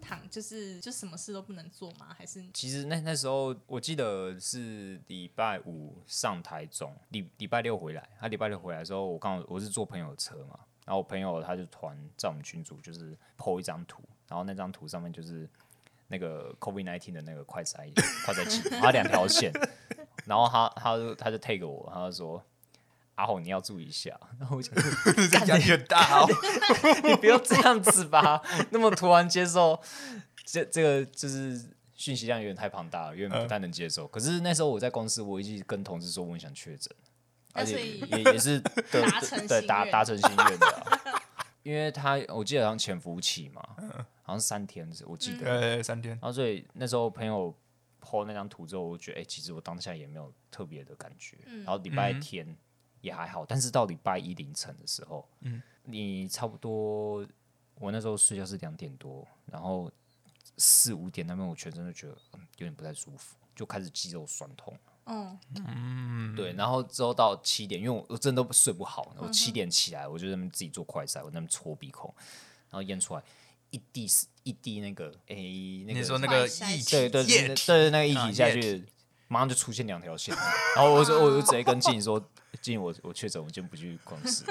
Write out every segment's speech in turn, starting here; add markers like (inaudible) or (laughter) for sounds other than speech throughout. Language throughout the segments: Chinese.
躺就是就什么事都不能做吗？还是其实那那时候我记得是礼拜五上台中，礼礼拜六回来。他、礼拜六回来的时候，我刚好我是坐朋友的车嘛，然后我朋友他就突然在我们群组就是 PO 一张图，然后那张图上面就是那个 COVID nineteen 的那个快筛 (laughs) 快筛器，它两条线，然后他他就他就 take 我，他就说。阿红，你要注意一下。然后我想说， (laughs) 这压力很大哦。你不要这样子吧，那么突然接受，这这个就是讯息量有点太庞大了，有点不太能接受。可是那时候我在公司，我一直跟同事说我很想确诊，而那所且以啊 (laughs) 也也是对达成对心达愿达成心愿的啊、 (laughs) 因为他我记得好像潜伏期嘛，好像三天是，我记得。呃，三天然后所以那时候朋友 po 那张图之后，我就觉得哎、诶其实我当下也没有特别的感觉。然后礼嗯拜天也还好，但是到礼拜一凌晨的时候，嗯你差不多我那时候睡觉是两点多，然后四五点那边我全身就觉得嗯有点不太舒服，就开始肌肉酸痛。嗯对，然后之后到七点，因为我我真的都睡不好，我七点起来，我就在那边自己做快筛，我在那边搓鼻孔，然后验出来一滴是一滴那个诶、那个你说那个快筛液体对对对液对体，对，那个一啊体下液去，马上就出现两条线，然后我就我就直接跟静怡说，静怡我我确诊，我今天不去公 (laughs) 司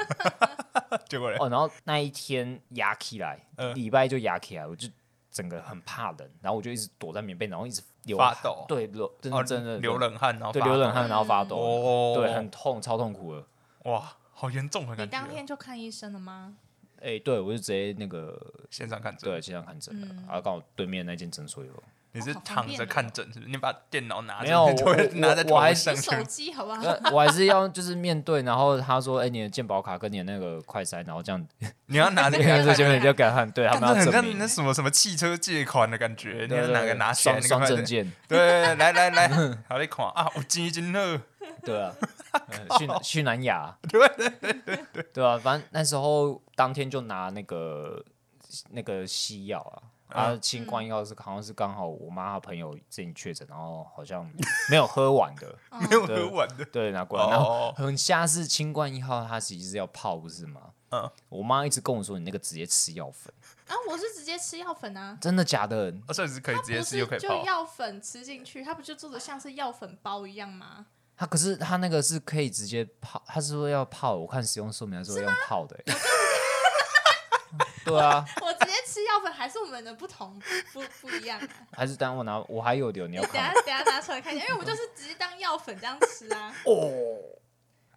结果嘞，哦，然后那一天压起来，嗯礼拜就压起来，我就整个很怕冷，然后我就一直躲在棉被，然后一直流发汗抖对，流真哦的真的流冷汗，然后对发流冷抖汗，然后发抖，哦，对，很痛，超痛苦的。哇，好严重的你感觉当哦。天就看医生了吗？哎、对我就直接那个现场看诊，对线上看诊了，然后刚好对面那间诊所有，你哦是好方躺便着哦看诊是不是？你把电脑拿着，没有你就我会我拿在我头还上你手去。机好不好？那我还是要就是面对，然后他说，哎、你的健保卡跟你的那个快筛，然后这样你要拿 (laughs) 着给对，他这看些人就给他看，对他干们要这很证像明那。什么什么汽车借款的感觉，你对要对拿个对拿起双来那个双快证点，件，对 (laughs) 对，对来 (laughs) 来来，好来看啊，我金一金了，对 (laughs) 啊，呃去南去南亚，对对对对对啊，反正那时候当天就拿那个那个西药啊。啊，清冠药是好像是刚好我妈她朋友最近确诊，然后好像没有喝完 (laughs) 的，哦没有喝完的，对，拿过来。然后哦，很下是清冠一号，它其实是要泡，不是吗？嗯我妈一直跟我说，你那个直接吃药粉，啊，我是直接吃药粉啊。真的假的？哦所以是可以直接不吃又可是就以泡，药粉吃进去，它不就做的像是药粉包一样吗？它可是它那个是可以直接泡，它是说要泡，我看使用说明它说要用泡的、欸。对啊，我直接吃药粉还是我们的不同不不一样、啊。还是等我拿，我还有留，你你要等一下看。等一下拿出来看一下，因为我就是直接当药粉这样吃啊。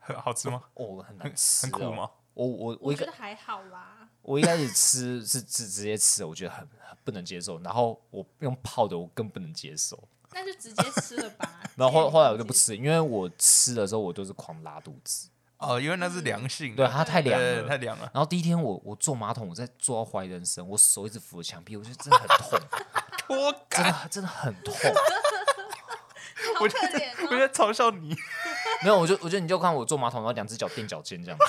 很好吃吗？哦，很难吃、很哦，苦吗？我我我我一觉开得还好啦。我一开始吃是直直接吃，我觉得很很不能接受。然后我用泡的，我更不能接受。。那就直接吃了吧然后后后来我就不。吃，因为我吃的时候我都是狂拉肚子，哦，因为那是嗯凉性对啊的，它太凉对了太。凉了。然后第一天我我坐马桶，我在坐到怀疑人生，我手一直扶着墙壁，我觉得真的很 (laughs) 痛，我真感，的真的很痛。好可我觉怜得我 (laughs) 哦！在嘲笑你，没有，我就我觉得你就看我坐马桶，然后两只脚垫脚尖这样子。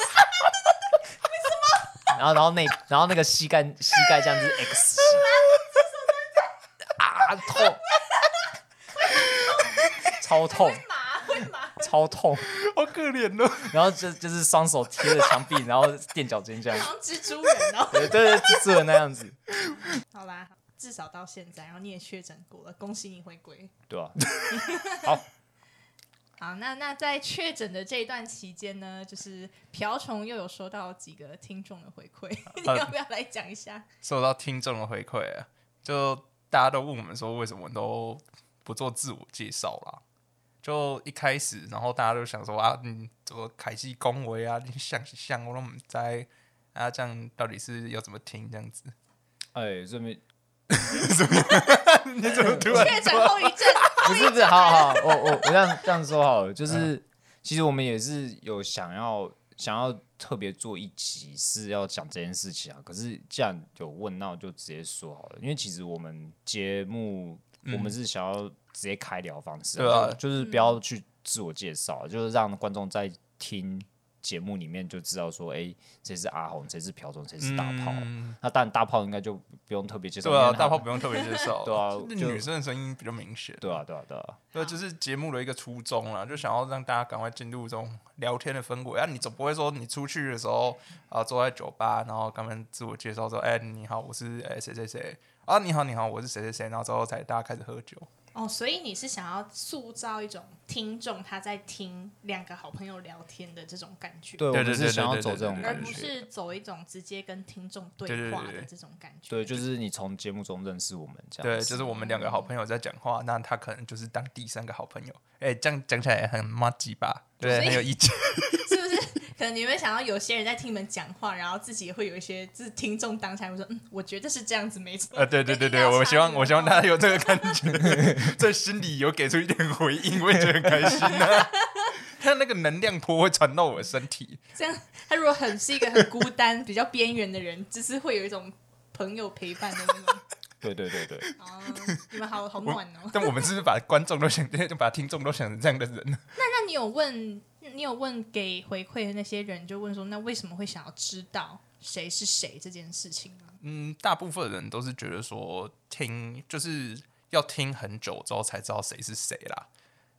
然后，然后那，然后那个膝盖，膝盖这样子 X 型，啊，痛，超痛，麻会麻，超痛。好可怜哦。然后就就是双手贴着墙壁，然后垫脚尖这样，好像蜘蛛人哦。对对，对，是那样子，好啦，至少到现在，然后你也确诊过了，恭喜你回归。对啊吧、好，那那在确诊的这一段期间呢，就是瓢虫又有收到几个听众的回 (laughs) 馈，你要不要来讲一下？收到听众的回馈啊，就大家都问我们说，为什么都不做自我介绍啦？就一开始，然后大家都想说啊，你怎么凯西恭维啊，你像是像我都们在啊，这样到底是要怎么听这样子？哎，顺便你怎 (laughs) 么突然确诊后遗 (laughs) 症，不是不是，好好，我我我这样这样说好了，嗯就是其实我们也是有想要想要特别做一集是要讲这件事情啊，可是既然有问，那我就直接说好了，因为其实我们节目、我们是想要直接开聊方式，嗯对啊就就是不要去自我介绍，啊就是让观众在听节目里面就知道说，哎、谁是阿红，谁是瓢虫，谁是大炮。 (laughs) 嗯那当然，大炮应该就不用特别介绍，对啊，因为他大炮不用特别介 (laughs) 绍，对啊就是就女生的声音比较明显，对啊，对啊，对啊，对，就是节目的一个初衷啦，就想要让大家赶快进入这种聊天的氛围。啊，你总不会说你出去的时候啊、坐在酒吧，然后跟他们自我介绍说：“哎、你好，我是哎谁谁谁，啊，你好，你好，我是谁谁谁，然后之后才大家开始喝酒。哦，所以你是想要塑造一种听众他在听两个好朋友聊天的这种感觉，对，我对们对对是想要对对走这种对而感不觉，是走一种直接跟听众对对对话对的对这种感觉。对，就是你从节目中认识我们这样对，子，就是我们两个好朋友在讲话，那他可能就是当第三个好朋友。哎、这样讲起来很妈鸡吧？对，所以很有意见。是不是？可能你会想到有些人在听你们讲话，然后自己也会有一些，就是听众当下会说，嗯，我觉得是这样子，没错。呃，对对对跟对，音量我差希望距哦我希望大家有这个感觉， (laughs) 在心里有给出一点回应，我也觉得很开心啊。 (laughs) 他那个能量波会传到我的身体，这样，他如果很是一个很孤单、比较边缘的人，就是会有一种朋友陪伴的那种。对对对对，哦，你们好好暖哦。 (laughs) 但我们是不是把观众都想， (laughs) 就把听众都想成这样的人？那你有问，你有问给回馈的那些人，就问说，那为什么会想要知道谁是谁这件事情吗？嗯，大部分人都是觉得说听就是要听很久之后才知道谁是谁啦。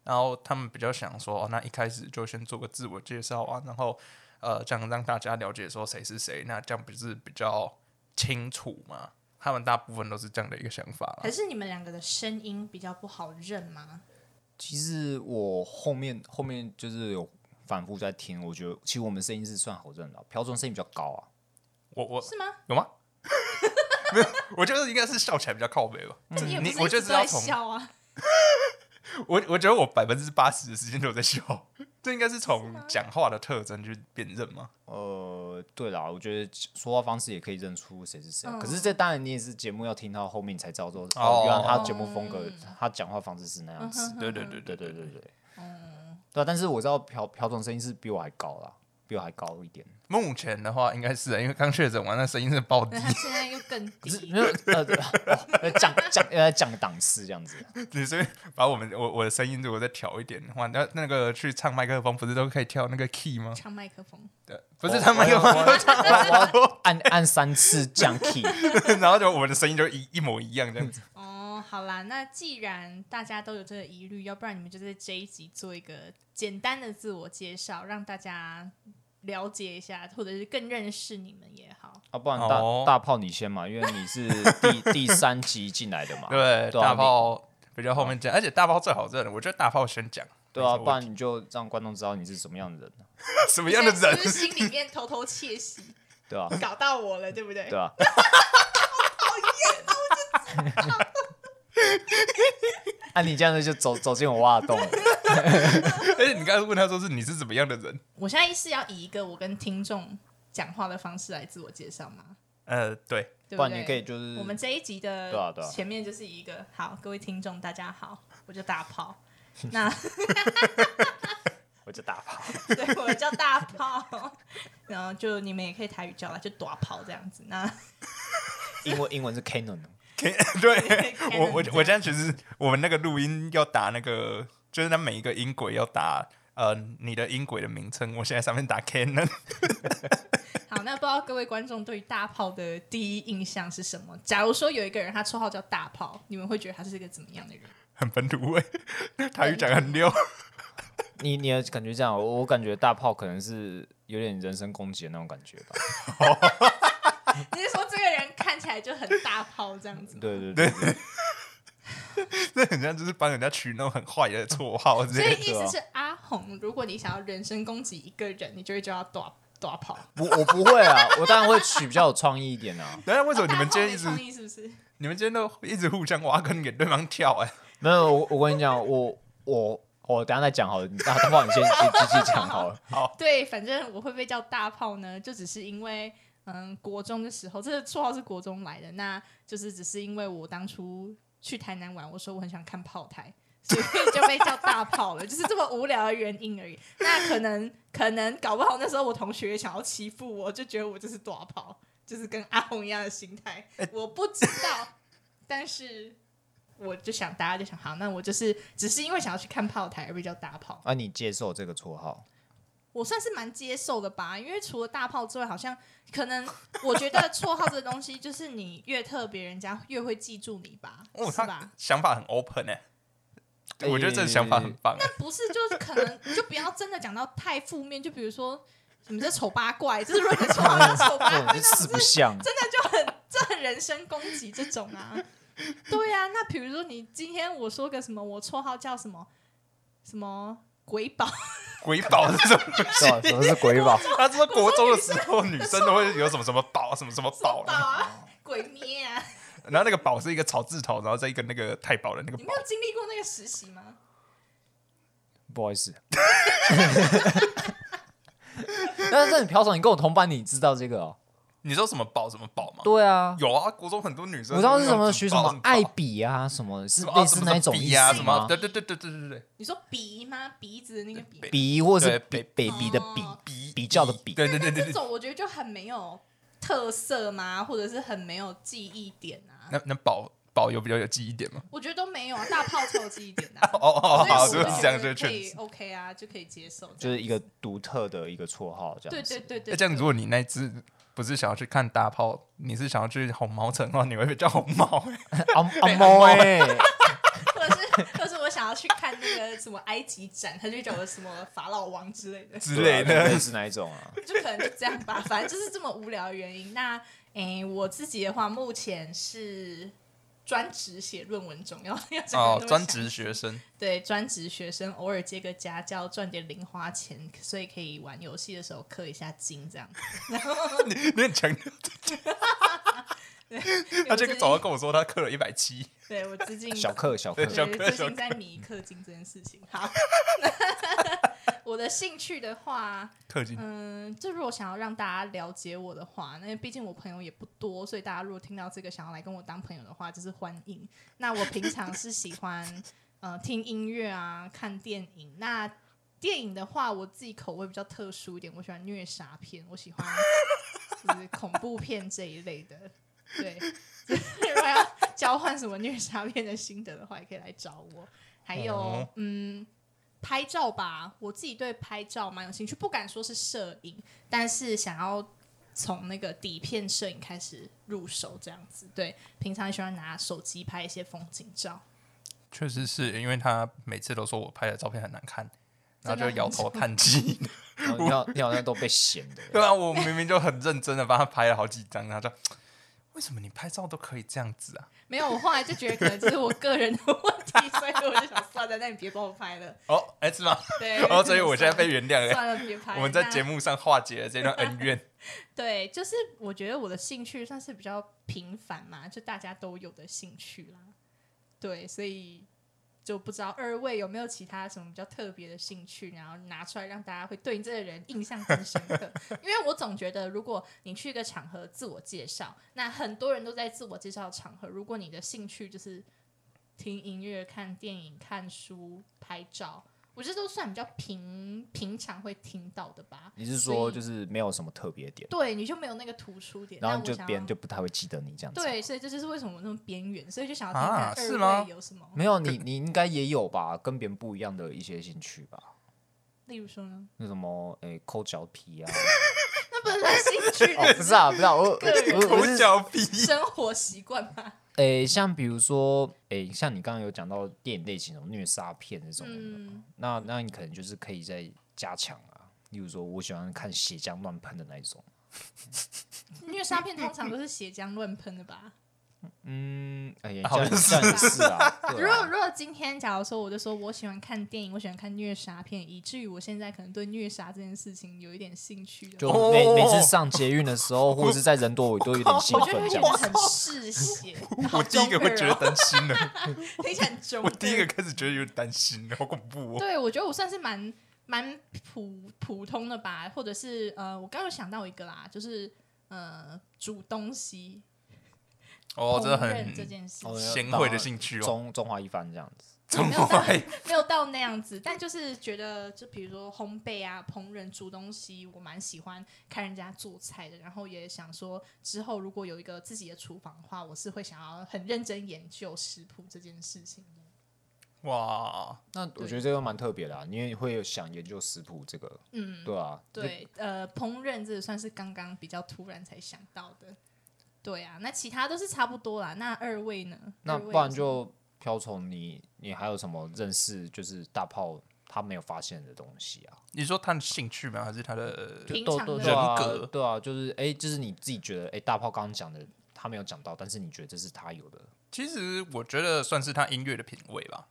然后他们比较想说，哦，那一开始就先做个自我介绍啊，然后呃，这样让大家了解说谁是谁，那这样不是比较清楚吗？他们大部分都是这样的一个想法啦还。是你们两个的声音比较不好认吗？其实我后面后面就是有反复在听，我觉得其实我们声音是算好认的啊，朴总声音比较高啊，我我是吗？有吗？ (laughs) 没有，我觉得应该是笑起来比较靠背吧。 (laughs) 你也不嗯你是我一直就都知道在从笑啊。我我觉得我百分之八十的时间都有在笑，这应该是从讲话的特征去辨认吗？呃，对啦，我觉得说话方式也可以认出谁是谁啊、嗯可是这当然你也是节目要听到后面你才知道说，哦，哦原来他节目风格，嗯他讲话方式是那样子。对对对对对对对。嗯。对啊，但是我知道朴朴总声音是比我还高啦，比我还高一点。目前的话应该是啊，因为刚确诊完，那声音是爆低那，他现在又更可是低，没有呃 (laughs) 对哦呃降降呃降档次这样子。你 (laughs) 所以把我们我我的声音如果再调一点的话，那那个去唱麦克风不是都可以调那个 key 吗？唱麦克风。对，不是唱麦克我风，哦要我要我要我要按按三次降 key。哦 (laughs) 然后就我们的声音就一一模一样这 (laughs) 样子。哦，好啦，那既然大家都有这个疑虑，要不然你们就在这一集做一个简单的自我介绍，让大家了解一下，或者是更认识你们也好。啊，不然大、哦大炮你先嘛，因为你是第第三集进来的嘛，对，啊大炮比较后面讲，而且大炮最好认，我觉得大炮先讲。对啊，没什么不然你就让观众知道你是什么样的人，什么不样的是人不？是心里面偷偷窃喜，对啊，搞到我了，对不对？对啊，啊，你这样子就走走进我挖的洞了， (laughs) 而且你刚才问他说是你是怎么样的人？我现在是要以一个我跟听众讲话的方式来自我介绍嘛，呃，对，对不不然对？你可以就是我们这一集的对啊对啊前面就是一个好，各位听众大家好，我叫大炮，那。我就打炮，对，我叫大炮，然后就你们也可以台语叫啦，就短炮这样子。 (laughs) 那英文英文是 Canon，可以 (laughs) 对我我我现在其实我们那个录音要打那个，就是它每一个音轨要打呃你的音轨的名称，我现在上面打 Canon， (laughs) 好，那不知道各位观众对于大炮的第一印象是什么？假如说有一个人他绰号叫大炮，你们会觉得他是一个怎么样的人？ (laughs) 很本土味，台语讲得很溜，你你的感觉这样，我我感觉大炮可能是有点人身攻击的那种感觉吧，你是说这个人看起来就很大炮这样子吗？对对对对，这很像就是帮人家取那种很坏的绰号之所以类的。意思是阿红，如果你想要人身攻击一个人，你就会叫他短短炮。我我不会啊，我当然会取比较有创意一点啊，等一下为什么你们大炮今天没一直创意是不是？你们今天都一直互相挖坑给对方跳、哎，没有，我我跟你讲，我我我等一下再讲好了，大大炮你先先继续讲好了，对，反正我会被叫大炮呢，就只是因为嗯，国中的时候，这个绰号是国中来的，那就是只是因为我当初去台南玩，我说我很想看炮台。所以就被叫大炮了，就是这么无聊的原因而已。那可能可能搞不好那时候我同学想要欺负我，就觉得我就是大炮，就是跟阿红一样的心态。我不知道，但是我就想大家就想，好，那我就是只是因为想要去看炮台而被叫大炮。啊，你接受这个绰号，我算是蛮接受的吧，因为除了大炮之外，好像可能我觉 (laughs) 得绰号这个东西，就是你越特别，人家越会记住你吧，哦，是他吧？想法很 open 哎、我觉得这个哎想法很棒、哎不是，就是可能你就不要真的讲到太负面，就比如说你们这丑八怪，就是如果你的绰号叫丑八哎这 (laughs) 怪，种就四不像，真的就很这很人身攻击这种啊。对啊，那比如说你今天我说个什么，我绰号叫什么什么鬼宝，哦鬼宝是什么？什啊么什么是鬼宝？他说国中的时候，女生都会有什么什么宝，什么什么宝宝，啊，鬼灭啊，然后那个宝是一个草字头，然后再一个那个太保的那个你没。宝有经历过那个实习吗？不好意思。但是你朴总，你跟我同班，你知道这个哦？你知道什么宝什么宝吗？对啊， (laughs) 有啊，国中很多女生我知道是什那么种取什宝么爱笔啊，什么是什么类似那一种啊意什么笔思啊吗？什么？对对对对对对对，你说鼻吗？鼻子的那个鼻。笔或是对比北鼻的比哦比比较的比对对对这对对。种我觉得就很没有特色嘛，或者是很没有记忆点啊。那那宝宝有比较有记忆点吗？我觉得都没 (laughs)。有啊，大炮超有记忆点的、啊哦哦所以我就哦，就觉得是这样，就可确以实。 OK 啊，就可以接受。就是一个独特的一个绰号这对样子。对对那对，哎这样，如果你那一次不是想要去看大炮，你是想要去红毛城的话，你会被叫红毛。欸 (laughs) 啊阿阿猫哎，或者是或者是我想要去看那个什么埃及展，他就叫我什么法老王之类的，(laughs) (laughs) 之类的对啊类似哪一种啊？就可能就这样吧。反正就是这么无聊的原因。那诶、我自己的话，目前是专职写论文中，要要整个人哦都，会专想职学 (laughs) 生，对专职学生偶尔接个家教赚点零花钱，所以可以玩游戏的时候氪一下金 (laughs) 这样。你你很强。他我就最近早上跟我说他刻了一百七，对我最近小克小克对，小对克最小近在迷氪金这件事情。 (laughs) 好， (laughs) 我的兴趣的话，氪金嗯，就如果想要让大家了解我的话，那毕竟我朋友也不多，所以大家如果听到这个想要来跟我当朋友的话，就是欢迎。那我平常是喜欢呃听音乐啊，看电影。那电影的话，我自己口味比较特殊一点，我喜欢虐杀片，我喜欢 (laughs) 就是恐怖片这一类的。对， (laughs) 如果要交换什么虐杀片的心得的话，也可以来找我。还有，哦嗯，拍照吧，我自己对拍照蛮有兴趣，不敢说是摄影，但是想要从那个底片摄影开始入手，这样子。对，平常喜欢拿手机拍一些风景照，确实是因为他每次都说我拍的照片很难看，然真后的啊就摇头叹气。然后你好你好像都被嫌的。对啊，我明明就很认真的帮他拍了好几张，他说为什么你拍照都可以这样子啊？没有，我后来就觉得可能这是我个人的问题，所以我就想算了，那你别帮我拍了。哦，哎、是吗？对，哦，所以我现在被原谅了。算了，别拍。我们在那节目上化解了这段恩怨。对，就是我觉得我的兴趣算是比较平凡嘛，就大家都有的兴趣啦。对，所以就不知道二位有没有其他什么比较特别的兴趣，然后拿出来让大家会对你这个人印象更深刻。 (laughs) 因为我总觉得，如果你去一个场合自我介绍，那很多人都在自我介绍的场合，如果你的兴趣就是听音乐、看电影、看书、拍照，我觉得都算比较平平常会听到的吧。你是所说以就是没有什么特别点，对，你就没有那个突出点，然那后我就想别要人就不太会记得你这样子？，对，所以这就是为什么我那么边缘，所以就想要听啊看是二吗位有什么，没有你你应该也有吧，跟别人不一样的一些兴趣吧。例如说呢， (laughs) 那什么，诶、抠脚皮 (laughs) 啊，那不是算兴趣，哦，不是啊，不是啊，我我我抠是脚 (laughs) 皮，生活习惯吧。诶、像比如说，诶、像你刚刚有讲到电影类型，什么虐杀片这种，嗯，那那你可能就是可以再加强啊。例如说，我喜欢看血浆乱喷的那一种，虐杀片通常都是血浆乱喷的吧？嗯，哎呀，好这样像是这样也是啊。 (laughs) 对啊如果如果今天假如说我就说我喜欢看电影，我喜欢看虐杀片，以至于我现在可能对虐杀这件事情有一点兴趣的就话，每每次上捷运的时候，或者是在人多，我都有点兴我就会奋觉这样得子。很嗜血。好我第一个会中二觉得哦担心的，听起来很中我第一个二开始觉得有点担心，好恐怖哦。对，我觉得我算是蛮蛮普普通的吧，或者是呃，我刚有想到一个啦，就是呃，煮东西，哦，烹真的饪很这件事哦情，贤惠的兴趣哦，中中华一番这样子，怎没有么到会？没有到那样子，但就是觉得，就比如说烘焙啊、烹饪、煮东西，我蛮喜欢看人家做菜的，然后也想说，之后如果有一个自己的厨房的话，我是会想要很认真研究食谱这件事情的。哇，那我觉得这个蛮特别的、啊，因为会有想研究食谱这个，嗯，对啊，对，呃，烹饪这个算是刚刚比较突然才想到的。对啊，那其他都是差不多啦。那二位呢？那二位不然有什么就飘虫，你你还有什么认识？就是大炮他没有发现的东西啊？你说他的兴趣吗？还是他的平都常都的对啊人格对啊，就是哎、就是你自己觉得哎、大炮刚刚讲的，他他没有讲到，但是你觉得这是他有 (laughs) 的，其实我觉得算是他音乐的品味吧，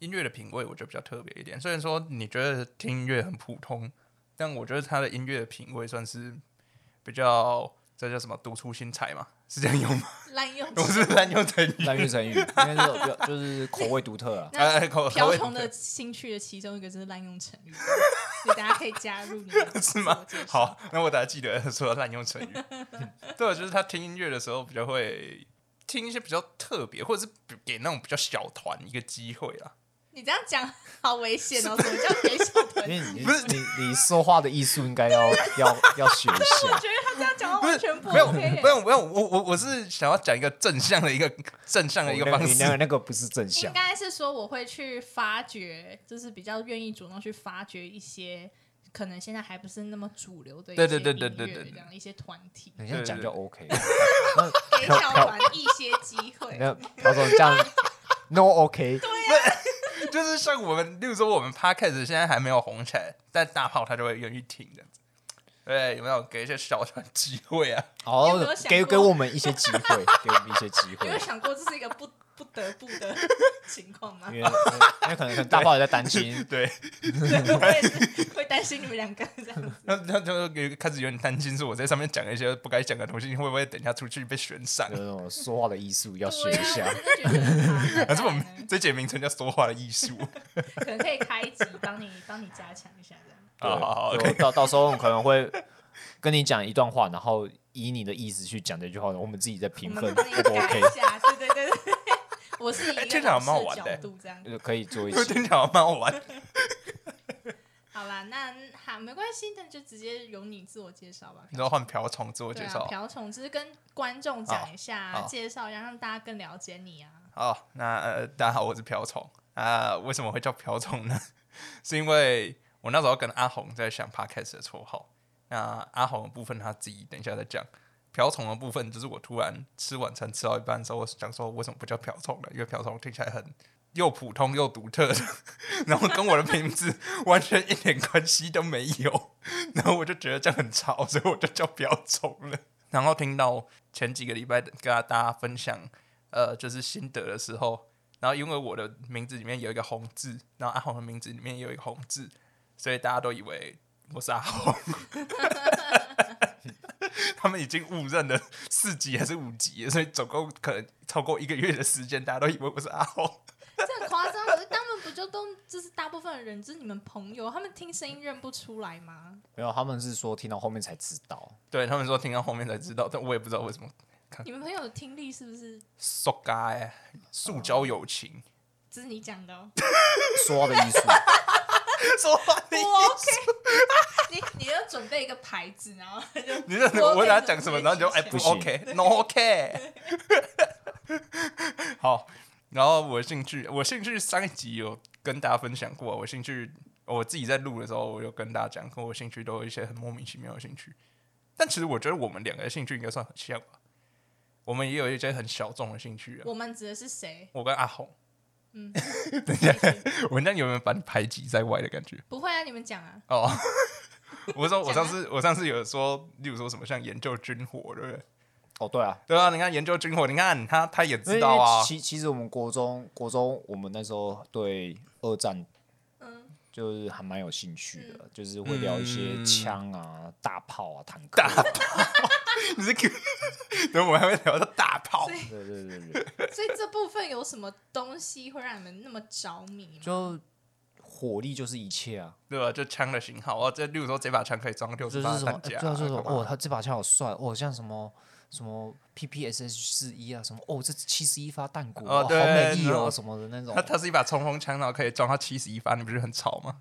音乐的品味我觉得比较特别一点。虽然说你觉得听音乐很普通，但我觉得他的音乐的品味算是比较，这叫什么独出心裁嘛？是这样用吗？ (laughs) 滥用我是滥用成语。滥用成语，应该是有比较就是 (laughs) 口味独 (laughs) 特啊。那 (laughs) 哎口口瓢味虫的兴趣的其中一个就是滥用成语，所以大家可以加入你的 (laughs) 是吗自我介绍？好，那我等下记得说滥用成语。 (laughs) 对，就是他听音乐的时候比较会听一些比较特别，或者是给那种比较小团一个机会啦。你这样讲好危险哦！什么叫给小因屯？为你你你说话的艺术应该要要要学一我 (laughs) 下觉，得他这样讲话不是完全不 (laughs) 没有 OK 耶。没有没有，我我我是想要讲一个正向的一个正向的一个那方你那个式。那个不是正应向，该是说我会去发掘，就是比较愿意主动去发掘一些可能现在还不是那么主流的一些对对对对音乐对对这样一些团体，你这样讲就 OK。给小团一些机 (laughs) 会。那朴总这样 no OK，就是像我们，例如说我们 podcast 现在还没有红起来，但大炮他就会愿意听这样子。对，有没有给一些小团机会啊？有没有哦，想给过给我们一些机会，给我们一些机你会有，想过这是一个不不得不的情况吗 (laughs) 因为？因为可能可能大炮也在担 (laughs) 心，对，对，我也是会担心你们两个这样 (laughs) 子。那那就有开始有点担心，是我在上面讲一些不该讲的东西，会不会等一下出去被悬上 (laughs) 有？那种说话的艺术要学对一啊下。，我真的觉得很麻还是我 (laughs) 烦啊们这节名称叫说话的艺术可能可以开一集帮你帮你加强一下这样。(laughs) 啊？好 (laughs) 好对，OK，到 (laughs) 到时候我可能会跟你讲一段话，然后以你的意思去讲这句话，我们自己再评我分们帮你 O 不改 OK？一下，对对对对。 (laughs) 我是以一个听起来老蛮好师玩角的度这样。呃可以做一我 (laughs) 些。听起来好像蛮好玩。好啦，那好，没关系，那就直接由你自我介绍吧。你知道换瓢虫自我对介啊绍，，瓢虫只是跟观众讲一下好，好介绍一下，让大家更了解你啊。好，那、呃、大家好，我是瓢虫。啊、为什么会叫瓢虫呢？ (laughs) 是因为我那时候跟阿红在想 podcast 的绰号。那阿红的部分他自己等一下再讲。瓢虫的部分就是我突然吃晚餐吃到一半的时候，我想说为什么不叫瓢虫呢？因为瓢虫听起来很又普通又独特的， (laughs) 然后跟我的名字完全一点关系都没有。然后我就觉得这样很吵，所以我就叫瓢虫了。然后听到前几个礼拜跟大家分享呃，就是心得的时候，然后因为我的名字里面有一个红字，然后阿红的名字里面也有一个红字，所以大家都以为我是阿红。 (laughs) 他们已经误认了四级还是五级了，所以总共可能超过一个月的时间，大家都以为我是阿红。这很夸张，可是他们不就都就是大部分人就是你们朋友，他们听声音认不出来吗？没有，他们是说听到后面才知道。对他们说听到后面才知道，但我也不知道为什么。你们朋友的听力是不是塑胶哎，塑胶友情，这是你讲的、哦？说话的艺术， (laughs) 说话我你哦 OK，你你 (laughs) 要准备一个牌子，然 (laughs) 后就你这我我跟他可以讲什么，理然后你就解哎不不行 OK，no OK。好，然后我的兴趣，我兴趣上一集有跟大家分享过，我兴趣我自己在录的时候，我有跟大家讲过，我兴趣都有一些很莫名其妙的兴趣。但其实我觉得我们两个的兴趣应该算很像吧，我们也有一些很小众的兴趣啊。我们指的是谁？我跟 (laughs) 阿红，嗯，等一下，我这样有没有把你排挤在外的感 (laughs) 觉？不会啊，你们讲啊。哦，我说我讲上啊次我上次有说，例如说什么像研究军火，对不对？哦，对啊，对啊，你看研究军火，你看他他也因为知道啊，其其实我们国中国中，我们那时候对二战嗯，就是还蛮有兴趣的，就是会聊一些嗯枪啊、大炮啊、坦克大。炮， (laughs) 你是 Q，等我们还会聊到大炮所，以对对对对，所以这部分有什么东西会让你们那么着迷吗？就火力就是一切啊，对吧、就枪的型号，哦，这例如说这把枪可以装六就十是发什么，弹对夹，啊，就是什么干嘛哦，他这把枪好帅哦，像什么什么 PPSH 四一啊，什么哦，这七十一发弹鼓，哦哇好对美意然哦，后什么的那种它，它是一把冲锋枪，然后可以装到七十一发，你不是很吵吗？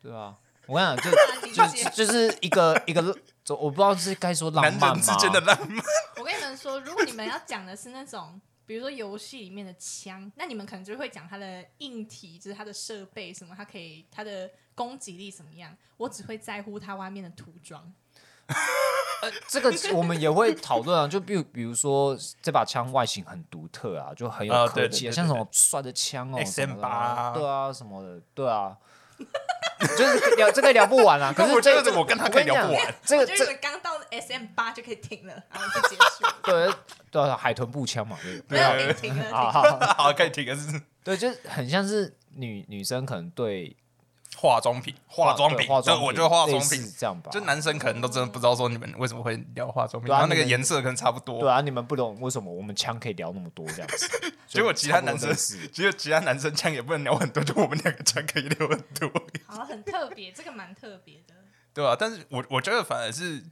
对啊，我跟你讲，就啊理就解就就是一个一个，就我不知道是该说浪男漫人之吗？间的浪漫，我跟你们说，如果你们要讲的是那种，比如说游戏里面的枪，那你们可能就会讲它的硬体，就是它的设备什么，它可以它的攻击力怎么样。我只会在乎它外面的涂装。这个我们也会讨论啊，就比如比如说这把枪外形很独特啊，就很有啊科对技对啊，对像什对么帅的枪哦 XM8 什么的啊对啊什么的，对啊， (laughs) 就是聊这个聊不完 (laughs) 啊。可是我觉这得这个我跟他可以聊我不跟你完讲，这我个觉得这，你们刚到 SM 八就可以停了，然后就结束了对对啊海豚步枪嘛，对没有停停了，停啊了好，好好，可以停个是对，就是很像是女女生可能对化妆品，化妆对品，化就妆我觉得化类妆品似这样吧，就男生可能都真的不知道说你们为什么会聊化妆品，对啊然后那个你们颜色可能差不多。对啊，你们不懂为什么我们枪可以聊那么多这样子， (laughs) 结果其他男所以差不多类生似，只有其他男生枪也不能聊很多，就我们两个枪可以聊很多，好，很特别，这个蛮特别的。对吧、但是我我觉得反而是